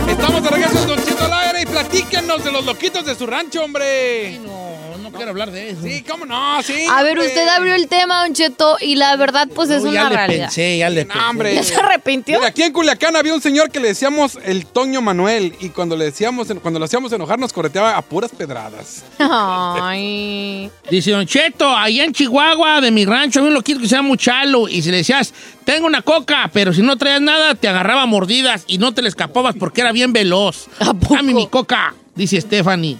S6: Estamos de regreso en Don Cheto al aire y platíquenos de los loquitos de su rancho, hombre.
S4: No, no quiero hablar de eso.
S6: Sí, cómo no, sí.
S5: A ver,
S6: hombre.
S5: usted abrió el tema, Don Cheto, y la verdad, pues es
S4: pues. No,
S5: una
S4: ya le
S5: realidad.
S4: pensé, ya le
S6: No,
S4: pensé.
S6: hombre.
S5: ¿Ya [LAUGHS] se arrepintió?
S6: Mira, aquí en Culiacán había un señor que le decíamos el Toño Manuel y cuando le decíamos, cuando lo hacíamos enojar nos correteaba a puras pedradas.
S5: Ay.
S4: Dice Don Cheto, allá en Chihuahua, de mi rancho, había un loquito que se llama Muchalo. Y si le decías, tengo una coca, pero si no traías nada, te agarraba a mordidas y no te le escapabas porque era bien veloz.
S5: ¿A poco?
S4: Dame mi coca, dice Stephanie.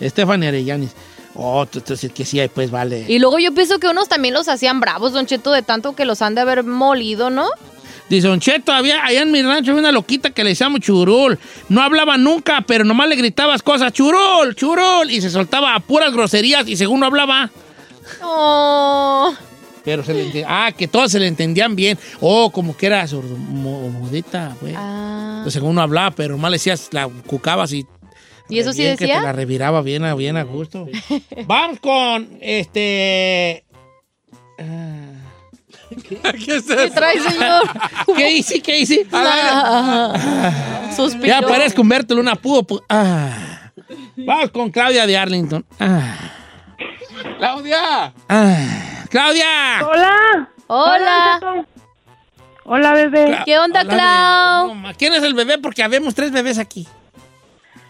S4: Stephanie Arellanes. Oh, tú- tú sí que sí, pues vale.
S5: Y luego yo pienso que unos también los hacían bravos, Don Cheto, de tanto que los han de haber molido, ¿no?
S4: Dice Don Cheto, había, allá en mi rancho había una loquita que le decíamos Churul. No hablaba nunca, pero nomás le gritabas cosas, Churul, Churul. Y se soltaba a puras groserías y según no hablaba...
S5: Oh.
S4: Pero se le ente- Ah, que todos se le entendían bien. Oh, como que era sordo, mu- mudita, güey.
S5: Ah.
S4: Entonces, según no hablaba, pero más le decías, la cucabas y.
S5: ¿Y eso sí
S4: bien Que
S5: decía?
S4: te la reviraba bien, a- bien a gusto. [LAUGHS] Vamos con este.
S5: [LAUGHS]
S4: ah. [LAUGHS]
S6: ¿Qué es
S5: ¿Qué
S6: eso?
S5: trae, señor?
S4: ¿Qué hice? ¿Qué hice?
S5: [LAUGHS] Ah. Suspiró.
S4: Ya parezco Humberto Luna Pudo. pu- pues. Ah. Vamos con Claudia de Arlington. Ah,
S6: ¡Claudia!
S4: ah. ¡Claudia!
S8: Hola.
S5: Hola.
S8: Don Cheto. Hola, bebé.
S5: ¿Qué onda,
S4: Hola,
S5: Clau?
S4: bebé. No, ma, ¿Quién es el bebé? Porque habemos tres bebés aquí.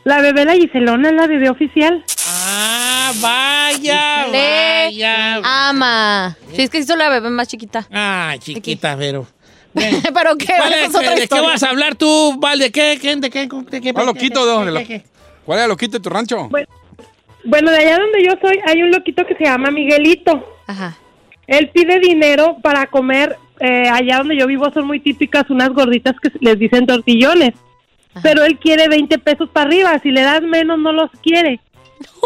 S8: La bebé, la Giselona, es la bebé oficial.
S4: Ah, vaya,
S5: Le
S4: vaya.
S5: ama. Si es que hizo la bebé más chiquita.
S4: Ah, chiquita, pero. Ven.
S5: [LAUGHS] Pero qué,
S4: ¿Cuál
S5: esa
S4: es,
S5: es otra
S4: ¿De qué
S5: historia.
S4: vas a hablar tú, Val? ¿De qué? ¿Quién? ¿De qué? ¿De qué?
S6: Ah, loquito,
S4: ¿De
S6: don, de lo- ¿Cuál era lo quito de tu rancho?
S8: Bueno, Bueno, de allá donde yo soy hay un loquito que se llama Miguelito.
S5: Ajá.
S8: Él pide dinero para comer. eh, allá donde yo vivo son muy típicas unas gorditas que les dicen tortillones. Pero él quiere 20 pesos para arriba. Si le das menos, no los quiere.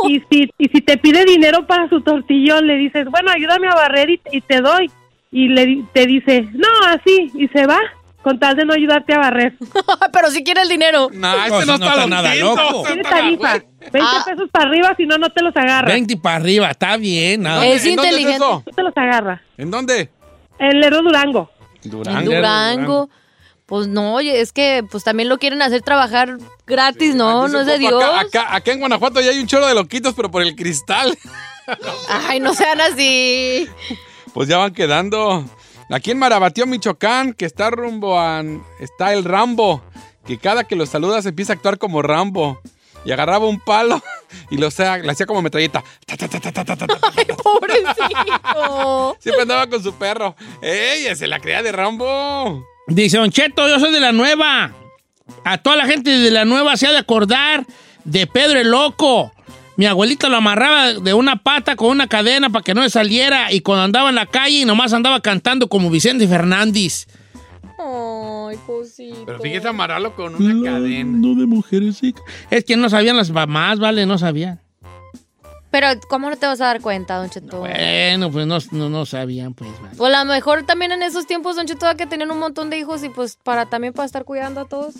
S8: Y, si, y si te pide dinero para su tortillón, le dices, bueno, ayúdame a barrer y, y te doy. Y le, di- te dice, no, así. Y se va con tal de no ayudarte a barrer.
S5: [LAUGHS] Pero si quiere el dinero.
S4: No,
S6: No, este no,
S4: pues, no
S6: está,
S4: está nada
S6: loquito,
S4: loco.
S6: este
S8: Tiene
S6: está-
S8: tarifa. 20
S5: Ah.
S8: pesos para arriba, si no, no te los agarra.
S4: 20 para arriba, está bien. nada.
S5: Es
S6: ¿En dónde
S5: inteligente.
S6: eso?
S8: No te los agarra.
S6: ¿En dónde?
S8: El Lero Durango.
S5: En
S6: Ah,
S5: Durango. Pues no, oye, es que pues también lo quieren hacer trabajar gratis, ¿no?
S6: Dice
S5: No
S6: un
S5: es de
S6: compa,
S5: Dios.
S6: Acá, acá, acá en Guanajuato ya hay un chorro de loquitos, pero por el cristal.
S5: Ay, no sean así.
S6: Pues ya van quedando. Aquí en Marabatío, Michoacán, que está rumbo a... Está el Rambo, que cada que lo saludas empieza a actuar como Rambo. Y agarraba un palo [LAUGHS] y lo hacía, le hacía como metralleta. Ta, ta, ta, ta, ta, ta, ta, ta.
S5: Pobrecito.
S6: Siempre andaba con su perro. ¡Ey! Se la crea de Rambo.
S4: Dice, Don Cheto, yo soy de la nueva. A toda la gente de la nueva se ha de acordar de Pedro el Loco. Mi abuelita lo amarraba de una pata con una cadena para que no le saliera y cuando andaba en la calle nomás andaba cantando como Vicente Fernández.
S5: Ay, cosito.
S6: Pero fíjate amarrarlo con una cadena.
S4: de mujeres, Es que no sabían las mamás, ¿vale? No sabían.
S5: Pero, ¿cómo no te vas a dar cuenta, Don Cheto?
S4: Bueno, pues no, no, no sabían, pues. vale.
S5: O a lo mejor también en esos tiempos, Don Cheto, que tenían un montón de hijos y pues para también para estar cuidando a todos.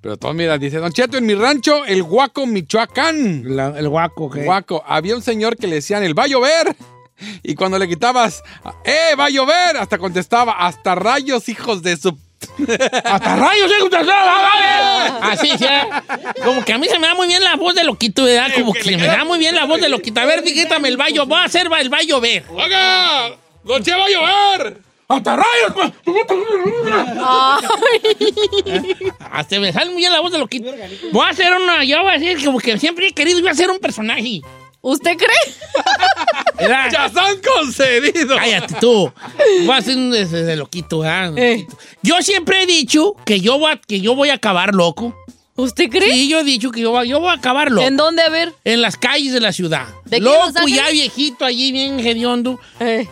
S6: Pero todo mira, dice, Don Cheto, en mi rancho, el Huaco, Michoacán.
S4: La- el guaco, que
S6: Guaco, había un señor que le decían, el va a llover. Y cuando le quitabas, ¡eh, va a llover! Hasta contestaba, hasta rayos, hijos de su...
S4: [LAUGHS]
S6: ¡Ah,
S4: ¡Hasta rayos! ¿eh? Así, Ah, sí. eh. Como que a mí se me da muy bien la voz de loquito, ¿verdad? Como que se me da muy bien la voz de loquito. A ver, dígame el baño. Voy a hacer el baño ver.
S6: ¡Oiga! ¡Don Che va a llover!
S4: ¡Hasta rayos! pues. Hasta Ah, me sale muy bien la voz de loquito. Voy a hacer una... Yo voy a decir como que siempre he querido yo hacer un personaje.
S5: ¿Usted cree?
S4: ¿verdad?
S6: son concedidos!
S4: Cállate tú. Voy a hacer un de, de- de loquito, ¿verdad?
S5: Eh.
S4: Loquito. Yo siempre he dicho que yo voy a, que yo voy a acabar loco.
S5: [LAUGHS] ¿Usted cree?
S4: Sí, yo he dicho que yo voy, a- yo voy a acabar loco.
S5: ¿En dónde? A ver.
S4: En las calles de la ciudad.
S5: ¿De qué, Los
S4: Loco,
S5: Ángeles?
S4: ya viejito allí, bien hediondo,
S5: Eh,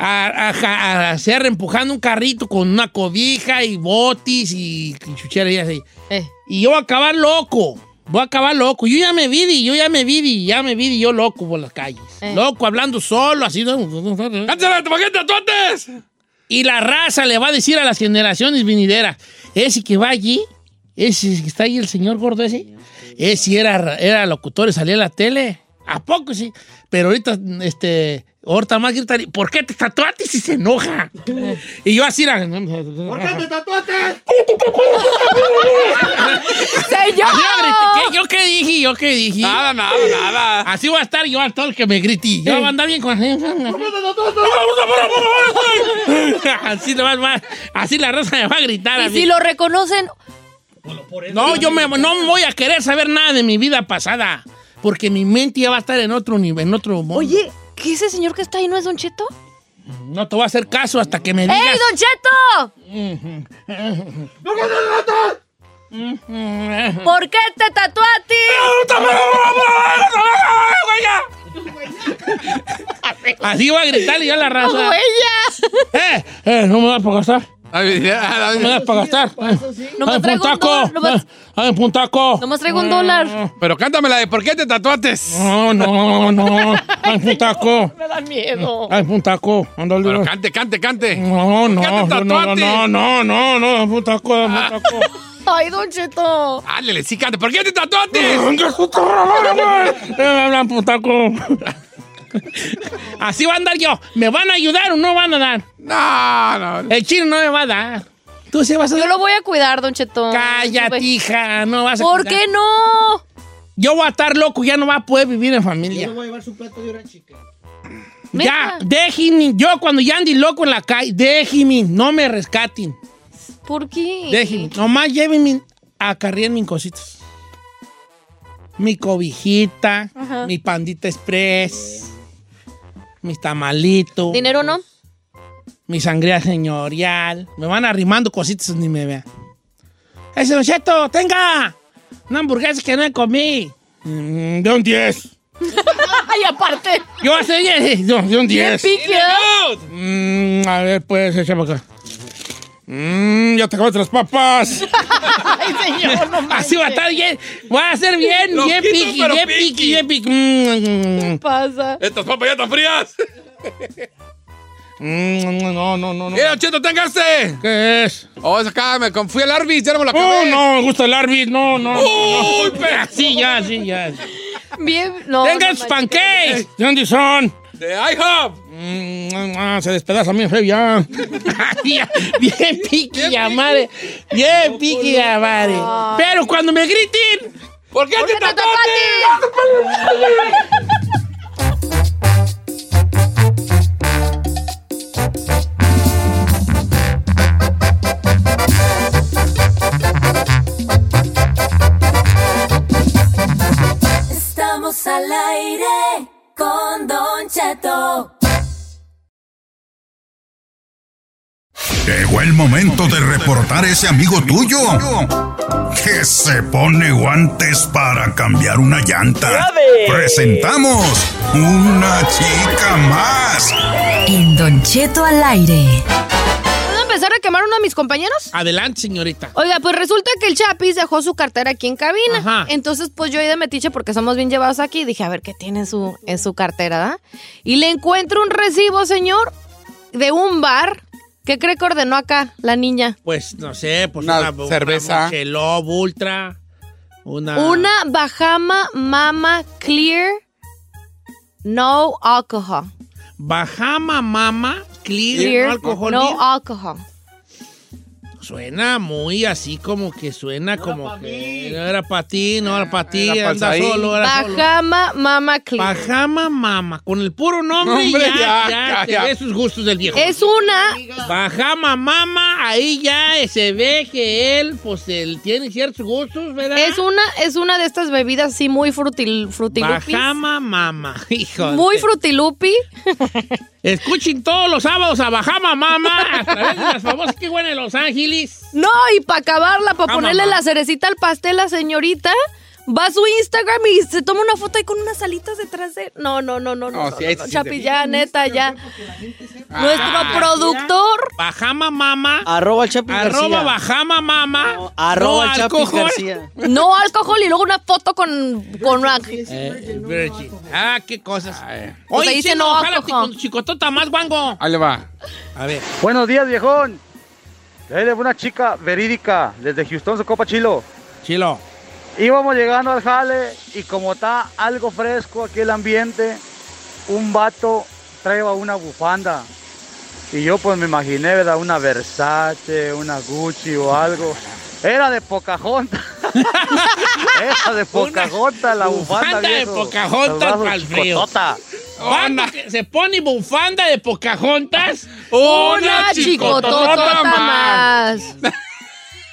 S4: a, a, a- a hacer empujando un carrito con una cobija y botis y, y chuchera y así.
S5: eh.
S4: Y yo voy a acabar loco. Voy a acabar loco. Yo ya me vi, di, yo ya me vi, di, ya me vi di yo loco por las calles.
S5: Eh.
S4: Loco, hablando solo, así.
S6: ¡Cállate, tu paqueta, tú antes!
S4: Y la raza le va a decir a las generaciones venideras, ese que va allí, ese que está ahí el señor gordo ese, ese era, era locutor y salía en la tele. ¿A poco sí? Pero ahorita, este, ahorita más gritan, ¿por qué te tatuaste si se enoja? Y yo así la... ¿Por qué te
S5: ¡Señor!
S4: ¿Yo qué dije? ¿Yo qué dije?
S6: Nada, nada, nada.
S4: Así va a estar yo a todo el que me grite. Yo voy a andar bien con Así, nomás va- así la raza me va a gritar. a
S5: Y
S4: mí.
S5: si lo reconocen,
S4: No, yo me, no me voy a querer saber nada de mi vida pasada. Porque mi mente ya va a estar en otro nivel, en otro mundo.
S5: oye, ¿qué ese señor que está ahí no es Don Cheto?
S4: No te voy a hacer caso hasta que me digas.
S5: ¡Ey, Don Cheto! ¿Por qué te tatuaste?
S4: Así voy a gritarle yo a la raza.
S5: ¡Huella!
S4: ¡Eh! ¡Eh! No me vas a gastar. No me
S6: Ay,
S4: das para gastar.
S5: pues,
S4: Ay,
S5: No más
S4: un
S5: traigo un
S4: taco.
S5: dólar, no más-
S4: Ay, un taco.
S5: Nomás traigo un dólar.
S6: Pero cántame la de ¿por qué te tatuates?
S4: No, no, no. Ay, un taco.
S5: Me da miedo.
S4: Ay, un taco. Ándale.
S6: Pero cante, cante, cante.
S4: No, no,
S6: qué te
S4: no, no,
S6: tatuaste?
S4: no, no, no, no, un taco, un taco.
S5: ¡Ay, Don Cheto!
S6: Ándale, sí, cante. ¿Por qué te tatuates?
S4: [LAUGHS] Hablan putaco. [LAUGHS] Así va a andar yo. ¿Me van a ayudar o no van a dar?
S6: No, no.
S4: El chino no me va a dar. Tú sí vas a
S5: Yo
S4: dar.
S5: lo voy a cuidar, Don Cheto.
S4: Cállate, hija. No vas a
S5: ¿Por
S4: cuidar.
S5: qué no?
S4: Yo voy a estar loco, ya no va a poder vivir en familia.
S9: voy a llevar su plato de hora chica.
S4: Ya, déjenme. Yo cuando ya ande loco en la calle, déjenme, no me rescaten.
S5: ¿Por qué?
S4: Déjenme. Nomás llévenme a carrier mis cositas. Mi cobijita,
S5: Ajá.
S4: mi pandita express, mis tamalitos,
S5: ¿Dinero no?
S4: mi sangría señorial. Me van arrimando cositas ni me vean. ¡Ese Don Cheto, tenga! Una hamburguesa que no he comido. Mm, de un 10.
S5: Ay, aparte.
S4: Yo voy a hacer 10. [LAUGHS] Yo, yo un 10.
S5: picky,
S4: Mm, a ver, pues, échame acá. Mm, ya te acabaste las papas.
S5: Ay, señor, no
S4: Así va a estar bien. Voy a hacer bien,
S6: Lo
S4: bien
S6: quito,
S4: piqui,
S6: pero
S4: bien
S6: piqui.
S4: piqui, bien piqui. Mm, mm,
S5: pasa.
S6: Estas papas ya están frías.
S4: mm, mm, no, no, no, no.
S6: Mira, Cheto, este. téngase.
S4: ¿Qué es?
S6: Oh, es acá, me confí el árbitro, ya no me la
S4: Oh,
S6: acabé.
S4: no, me gusta el árbitro. No, no.
S6: Uy,
S4: no.
S6: pero-
S4: Sí, ya, sí, ya.
S5: Bien, no.
S4: Tengan
S5: no
S4: sus
S5: manches.
S4: pancakes. ¿De dónde son?
S6: De iHub.
S4: Mm, ah, se despedaza mi feo ya. Ya, Bien piqui, ya madre. Bien piqui, ya madre. Pero cuando me griten,
S6: ¿Por qué te
S5: ¡Te
S6: tapaste?
S5: tapaste!
S7: Estamos al aire con Don Cheto.
S3: Llegó el momento de reportar ese amigo tuyo que se pone guantes para cambiar una llanta. Presentamos una chica más.
S7: En Don Cheto al aire.
S5: ¿Puedo empezar a quemar uno de mis compañeros?
S4: adelante, señorita.
S5: Oiga, pues resulta que el Chapis dejó su cartera aquí en cabina.
S4: Ajá.
S5: Entonces, pues yo ahí de metiche, porque somos bien llevados aquí, dije, a ver qué tiene en su, en su cartera, ¿da? Y le encuentro un recibo, señor, de un bar. ¿Qué cree que ordenó acá la niña?
S4: Pues no sé, pues
S6: Una cerveza.
S4: Una Michelob Ultra. Una.
S5: Una Bahama Mama Clear No Alcohol.
S4: Bahama Mama Clear.
S5: Clear
S4: no alcohol.
S5: No
S4: Beer.
S5: Alcohol.
S4: Suena muy así como que suena como que. No era para ti, no era para ti.
S6: Era pa'
S4: Anda
S6: ahí.
S4: solo, era solo.
S5: Bahama Mama Clear.
S4: Bahama Mama. Con el puro nombre,
S6: Nombre,
S4: ya,
S6: ya,
S4: ya,
S6: ya,
S4: se
S6: ya.
S4: ve sus gustos del viejo.
S5: Es una
S4: Bajama mama, ahí ya se ve que él, pues, él tiene ciertos gustos, ¿verdad?
S5: Es una, es una de estas bebidas así muy frutil, frutilupis.
S4: Bajama mama, [LAUGHS] hijo.
S5: Muy
S4: de-
S5: frutilupi.
S4: Escuchen todos los sábados a Bajama mama a través de las famosas que bueno en Los Ángeles.
S5: No, y para acabarla, para
S4: Ah,
S5: ponerle
S4: mamá.
S5: la cerecita al pastel, la señorita va a su Instagram y se toma una foto ahí con unas alitas detrás de. No, no, no, no, no.
S6: No,
S5: no,
S6: Oh, sí,
S5: no,
S6: ahí
S5: no,
S6: sí se
S5: Chapi,
S6: ve.
S5: ya, neta, ya.
S4: Ah,
S5: Nuestro productor.
S4: Bajama mama,
S9: Arroba el Chapis García.
S4: arroba Bajama mama,
S9: No, arroba
S4: no
S9: el Chapis
S4: alcohol.
S9: García.
S5: No alcohol y luego una foto con, con una.
S4: Eh, virgin. Ah, qué cosas.
S5: Pues
S4: Oye,
S5: ahí
S4: chino,
S5: dice no
S4: jálate
S5: alcohol.
S4: con tu chicotota más, guango.
S6: Ahí le va.
S4: A ver.
S10: Buenos días, viejón. Ahí le va una chica verídica desde Houston, su copa chilo.
S4: Chilo.
S10: Íbamos llegando al jale y como está algo fresco aquí el ambiente, un vato trae una bufanda. Y yo pues me imaginé, ¿verdad? Una Versace, Este, una Gucci o algo. Era
S4: [LAUGHS]
S10: de Pocahontas. Era de Pocahontas la bufanda,
S4: bufanda de
S10: viejo.
S4: Pocahontas
S10: Los brazos
S4: pa'l frío.
S10: chicotota.
S4: Vato que se pone bufanda de Pocahontas.
S5: Una chicotota más.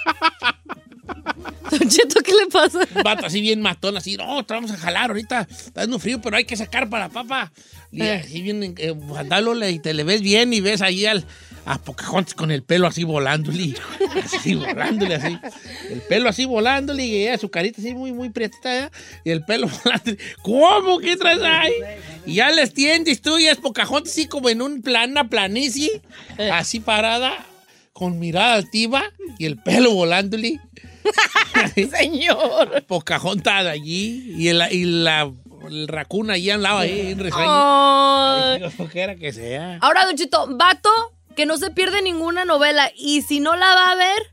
S5: [LAUGHS] Don Cheto, ¿qué le pasa?
S4: Vato así bien matón, así, no, te vamos a jalar ahorita. Está dando frío, pero hay que sacar para la papa. Y
S5: Eh.
S4: así bien, eh, bufandándole y te le ves bien y ves ahí al, a Pocahontas con el pelo así volándole. Así volándole, así. El pelo así volándole y ella, su carita así muy, muy prietita, ¿eh? Y el pelo [LAUGHS] volándole. ¿Cómo? ¿Qué traes ahí? Y ya les tiendes tú y es Pocahontas así como en un plan, una planicie, así parada, con mirada altiva y el pelo volándole.
S5: Señor.
S4: Pocahontas allí y, el, y la, el raccoon allí al lado, ahí en Risueño.
S5: Ay.
S4: Lo que era que sea.
S5: Ahora, Don Chito, vato que no se pierde ninguna novela y si no la va a ver,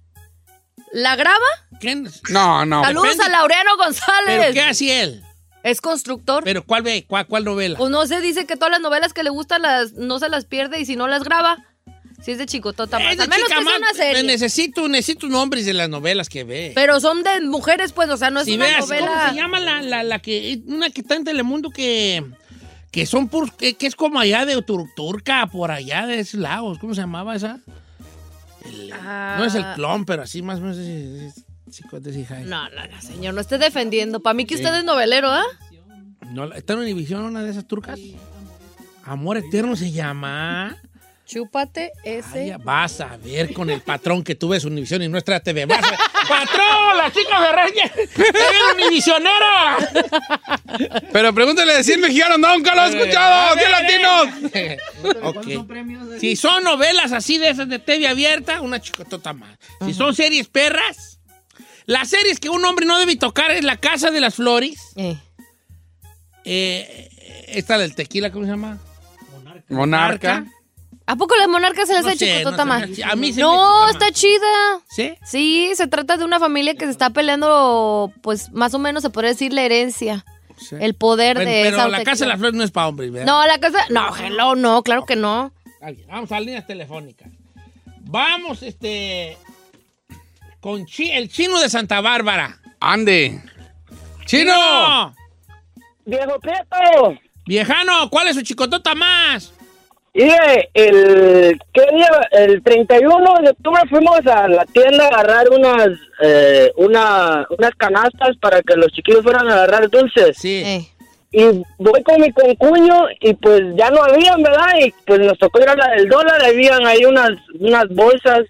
S5: ¿la graba?
S4: ¿Quién es?
S6: No, no.
S5: Saludos
S4: depende.
S5: a Laureano
S4: ¿Pero qué
S5: González.
S4: hacía él?
S5: Es constructor.
S4: ¿Pero cuál ve? ¿Cuál, cuál novela?
S5: Pues no se dice que todas las novelas que le gustan las, no se las pierde y si no las graba, Si es de chicotota más.
S4: Es de
S5: Al menos
S4: chica
S5: que
S4: más,
S5: sea una
S4: eh,
S5: serie.
S4: Necesito, necesito nombres de las novelas que ve.
S5: Pero son de mujeres, pues, o sea, no es
S4: si
S5: una
S4: veas,
S5: novela.
S4: ¿cómo se llama la, la, la que, una que está en Telemundo que, que son puros- que, que es como allá de Tur- Turca, por allá de esos lados? ¿Cómo se llamaba esa? El- No es el clon, pero así más o menos. es- es- chico, de hija.
S5: Ah, No, no, no, señor, no esté defendiendo. Para mí que usted es novelero, ¿ah?
S4: No, la- ¿Está en Univisión una de esas turcas? Amor Eterno se llama.
S5: Chúpate ese.
S4: Vas a ver con el patrón que tuve ves Univisión y nuestra TV.
S6: [LAUGHS]
S4: Vas a ver. ¡Patrón! ¡La chica de Reyes! ¡Se ve Univisionera!
S6: Pero pregúntale a 100 mexicanos, no, nunca lo he escuchado. ¡Qué latinos!
S4: [LAUGHS] Ok. Si son novelas así de esas de TV abierta, una chicotota más. Si son series perras, las series que un hombre no debe tocar es La Casa de las Flores. Eh, esta del tequila, ¿cómo se llama?
S6: Monarca.
S5: ¿A poco las monarcas se les
S4: No
S5: hace
S4: sé,
S5: chicotota
S4: no
S5: más?
S4: sé, a mí se me
S5: no,
S4: hace
S5: está chida.
S4: ¿Sí?
S5: Sí, se trata de una familia que se está peleando, pues, más o menos se podría decir la herencia. El poder
S4: Bueno,
S5: de
S4: pero
S5: esa
S4: La Casa de
S5: autoestima.
S4: las Flores no es para hombres, ¿verdad?
S5: No, la casa. No, hello, no, claro que no.
S4: Alguien. Vamos a líneas telefónicas. Vamos, este. Con chi- el chino de Santa Bárbara.
S6: Ande.
S4: ¡Chino!
S11: Viejo Prieto.
S4: Viejano, ¿cuál es su chicotota más?
S11: Mire, el, ¿qué día? el 31 de octubre fuimos a la tienda a agarrar unas, eh, una, unas canastas para que los chiquillos fueran a agarrar dulces.
S4: Sí.
S5: Eh.
S11: Y voy con mi concuño y pues ya no habían, ¿verdad? Y pues nos tocó ir a la del dólar, habían ahí unas, unas bolsas,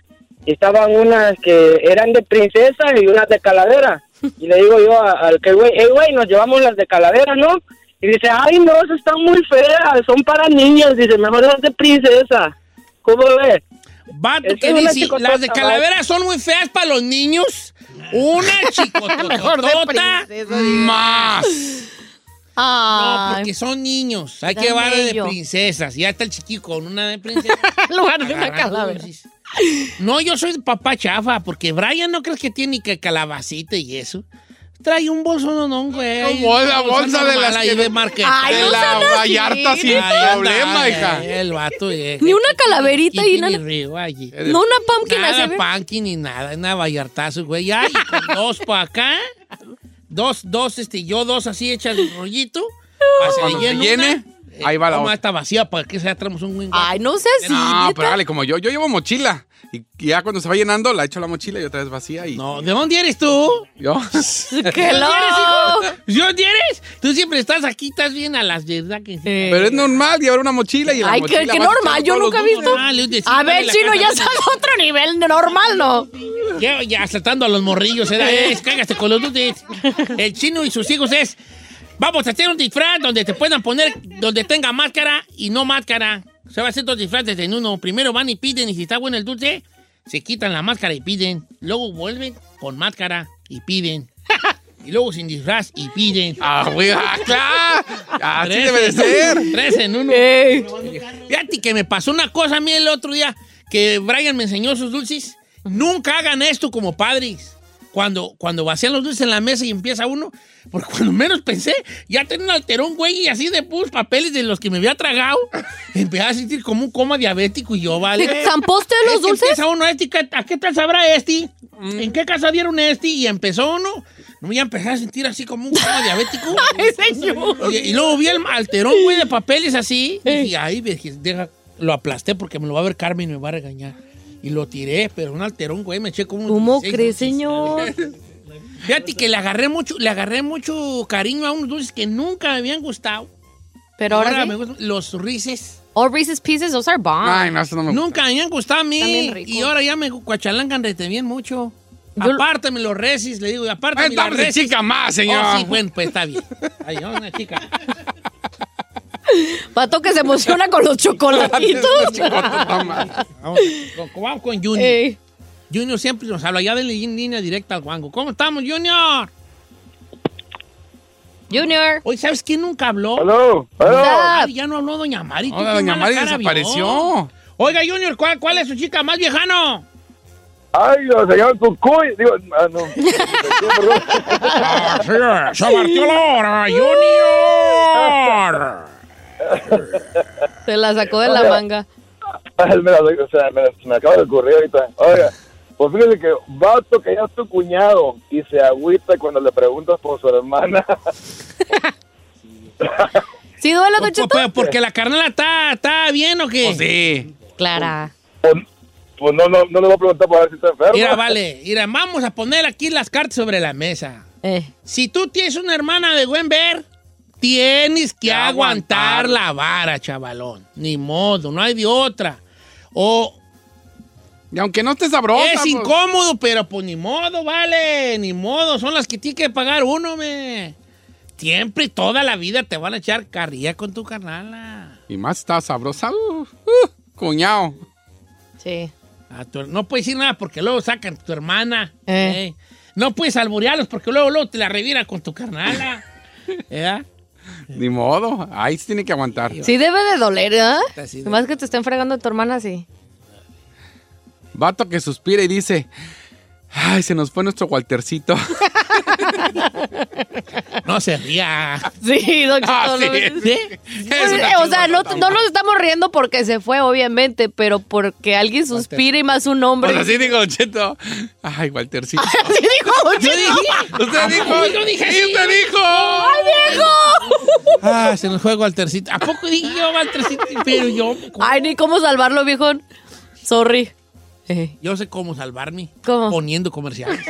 S11: y estaban unas que eran de princesa y unas de calavera. Y le digo yo a- al que, güey, hey, güey, nos llevamos las de calavera, ¿no? Y dice, ay, no, esas están muy feas, son para niñas. Dice, mejor las de princesa. ¿Cómo ves?
S4: Vato, ¿Qué dice? Las de calavera son muy feas para los niños.
S6: [LAUGHS]
S4: Una chicotota más. No, porque son niños. Hay que
S6: Dame
S4: llevar de
S6: ello.
S4: princesas. Ya está el chiquillo con una de
S6: [LAUGHS]
S4: princesa.
S5: lugar de una
S4: Agarrando
S5: calavera.
S4: dulces. No, yo soy papá chafa, porque Brian no crees que tiene ni que calabacita y eso. Trae un bolso no, no, güey.
S6: No, bolsa,
S4: Una
S6: bolsa de
S4: normal
S6: las
S4: ahí
S6: que-
S4: de marqueta.
S6: Ay, De no la sean así, Vallarta sin
S4: Ahí
S6: problema,
S4: andaba,
S6: hija.
S4: El vato, eh.
S5: Ni una calaverita y
S4: Ni
S5: nada.
S4: río allí.
S5: No, una pumpkin así,
S4: Nada
S5: a ver.
S4: pumpkin ni nada, una vallartazo, güey. Ya, y con dos para acá. Dos, dos, este, yo dos así hechas de rollito. Para que
S6: Cuando se llene, ahí va la
S4: Toma,
S6: otra.
S4: está vacía para que sea traemos un buen
S5: Ay, no sé si.
S6: No, pero dale, como yo, yo llevo mochila. Y ya cuando se va llenando, la echo a la mochila y otra vez vacía y...
S4: No, ¿de dónde eres tú?
S5: [LAUGHS]
S6: Yo.
S4: ¿Qué lo? ¿Yo eres? Tú siempre estás aquí, estás bien a las verdad que sí.
S6: Pero es normal llevar una mochila y en la
S5: Ay,
S6: mochila
S5: que, que
S6: vas
S5: normal,
S6: echando
S5: yo
S6: todos
S5: nunca he
S6: los
S5: visto.
S6: dulces.
S5: A ver,
S4: la
S5: chino,
S4: casa
S5: ya
S4: de la-
S5: está a otro nivel de normal, ¿no?
S4: Ya, ya saltando a los morrillos, era, es, cágase con los dudes. El chino y sus hijos es, vamos a hacer un disfraz donde te puedan poner, donde tenga máscara y no máscara. Se va a hacer dos disfraces en uno. Primero van y piden, y si está bueno el dulce, se quitan la máscara y piden. Luego vuelven con máscara y
S6: [LAUGHS]
S4: piden. Y luego sin disfraz y piden.
S6: Ah, güey, ah, claro. Así
S4: Tres
S6: debe de
S4: en-
S6: ser. Eh,
S4: Tres en uno. Fíjate que me pasó una cosa a mí el otro día que Brian me enseñó sus dulces. Nunca hagan esto como padres. Cuando, cuando vacían los dulces en la mesa y empieza uno, porque cuando menos pensé, ya tenía un alterón, güey, y así de puros papeles de los que me había tragado, [LAUGHS] empecé a sentir como un coma diabético y yo, vale.
S5: ¿Te zamposte los
S4: Es que
S5: dulces? Mm.
S4: Empieza uno, este, ¿qué- ¿a qué tal sabrá este? ¿En qué casa dieron este? Y empezó uno, no, ya empecé a sentir así como un coma
S5: [LAUGHS]
S4: diabético. Y, y luego vi el alterón, güey, de papeles así.
S5: Eh.
S4: Y dije, ay, virgen, deja, lo aplasté porque me lo va a ver Carmen y me va a regañar. Y lo tiré, pero un alterón, güey, me eché como un.
S5: ¿Cómo crees, señor?
S4: Fíjate que le agarré mucho, le agarré mucho cariño a unos dulces que nunca me habían gustado.
S5: Pero ahora sí.
S4: me gustan los rices.
S5: All Reese's Pieces, those are bomb.
S6: Ay, no, eso no me gusta.
S4: Nunca me habían gustado a mí.
S5: También rico.
S4: Y ahora ya me cuachalangan rete bien mucho. Apártame los resis, le digo, y apártame
S6: Estamos
S4: los
S6: de
S4: resis.
S6: chica más, señor.
S4: Oh, sí, [LAUGHS] bueno, pues está bien. Ay, una chica.
S5: Pato que se emociona con los chocolatitos.
S4: Vamos con, vamos con Junior.
S5: Ey.
S4: Junior siempre nos habla. Ya de línea directa al guango. ¿Cómo estamos, Junior?
S5: Junior.
S4: Hoy, ¿sabes quién nunca habló?
S11: Hello, hello.
S4: Ah, ya no habló Doña Mari. ¿tú
S6: Ahora
S4: qué
S6: doña
S4: mala
S6: Mari
S4: cara vio?
S6: desapareció.
S4: Oiga, Junior, ¿cuál, cuál es su chica más viejano?
S11: Ay, señor Cucuy. Digo, ah, no.
S4: ¡Se partió la hora, Junior!
S5: Se la sacó de la manga.
S12: [LAUGHS] me, la, o sea, me, la- se me acaba de ocurrir ahorita. Oiga, pues fíjese que vato que ya es tu cuñado y se agüita cuando le preguntas por su hermana.
S5: ¿Sí duele, Don
S4: Pues,
S5: Cheto?
S4: pues, porque la carnala está, está bien o qué? Pues sí.
S5: Clara.
S12: Pues no, no, no le voy a preguntar para ver si está enfermo.
S4: Mira, vale, mira, vamos a poner aquí las cartas sobre la mesa.
S5: Eh,
S4: Si tú tienes una hermana de buen ver, tienes que aguantar la vara, chavalón. Ni modo, no hay de otra. O.
S6: Y aunque no esté sabrosa.
S4: Es
S6: pues.
S4: incómodo, pero pues ni modo, vale, ni modo. Son las que tiene que pagar uno, me. Siempre y toda la vida te van a echar carrilla con tu carnala.
S6: Y más está sabrosa. Uh, uh, cuñado.
S5: Sí.
S4: A tu- no puedes decir nada porque luego sacan a tu hermana. ¿eh? No puedes alburearlos porque luego, luego te la reviran con tu carnala. ¿eh?
S6: Ni modo. Ahí se tiene que aguantar.
S5: Sí debe de doler, ¿eh?
S6: Así
S5: Más que te estén fregando tu hermana, sí. [LAUGHS]
S6: Vato que suspira y dice. Ay, se nos fue nuestro Waltercito.
S4: no se ría.
S5: Sí, don Cheto,
S6: Ah,
S5: no-
S6: sí.
S5: Sí.
S6: Es una
S5: Pues, eh, o sea, no,
S6: chingona.
S5: no nos estamos riendo porque se fue, obviamente, pero porque alguien suspira y más un hombre.
S6: Pues
S5: [LAUGHS]
S6: así dijo Don Cheto. Ay, Waltercito.
S5: Así dijo Don
S6: Yo
S5: Cheto.
S6: dije. [LAUGHS] Usted dijo.
S4: Yo dije
S6: Sí,
S4: sí.
S6: usted dijo.
S5: ¡Ay, viejo!
S4: Ah, se nos fue Waltercito. ¿A poco dije yo Waltercito? Pero yo,
S5: Ay, ni cómo salvarlo, viejo. Sorry.
S4: yo sé cómo salvarme.
S5: ¿Cómo?
S4: Poniendo comerciales.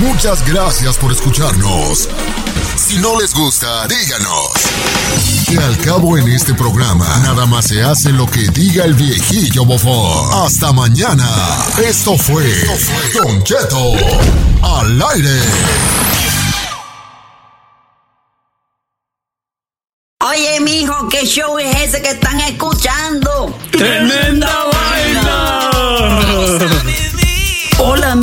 S3: Muchas gracias por escucharnos. Si no les gusta, díganos. Que al cabo en este programa, nada más se hace lo que diga el viejillo bofón. Hasta mañana. Esto fue Don Cheto al aire.
S13: Oye, mijo, ¿qué show es ese que están escuchando?
S14: ¡Tremenda vaina!
S13: Hola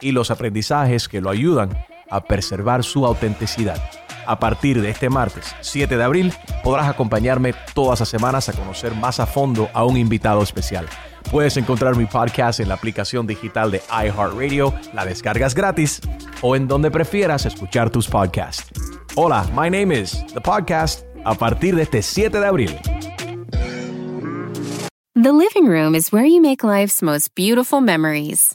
S15: y los aprendizajes que lo ayudan a preservar su autenticidad. A partir de este martes 7 de abril podrás acompañarme todas las semanas a conocer más a fondo a un invitado especial. Puedes encontrar mi podcast en la aplicación digital de iHeartRadio, la descargas gratis o en donde prefieras escuchar tus podcasts. Hola, my name is The Podcast a partir de este 7 de abril.
S2: The living room is where you make life's most beautiful memories.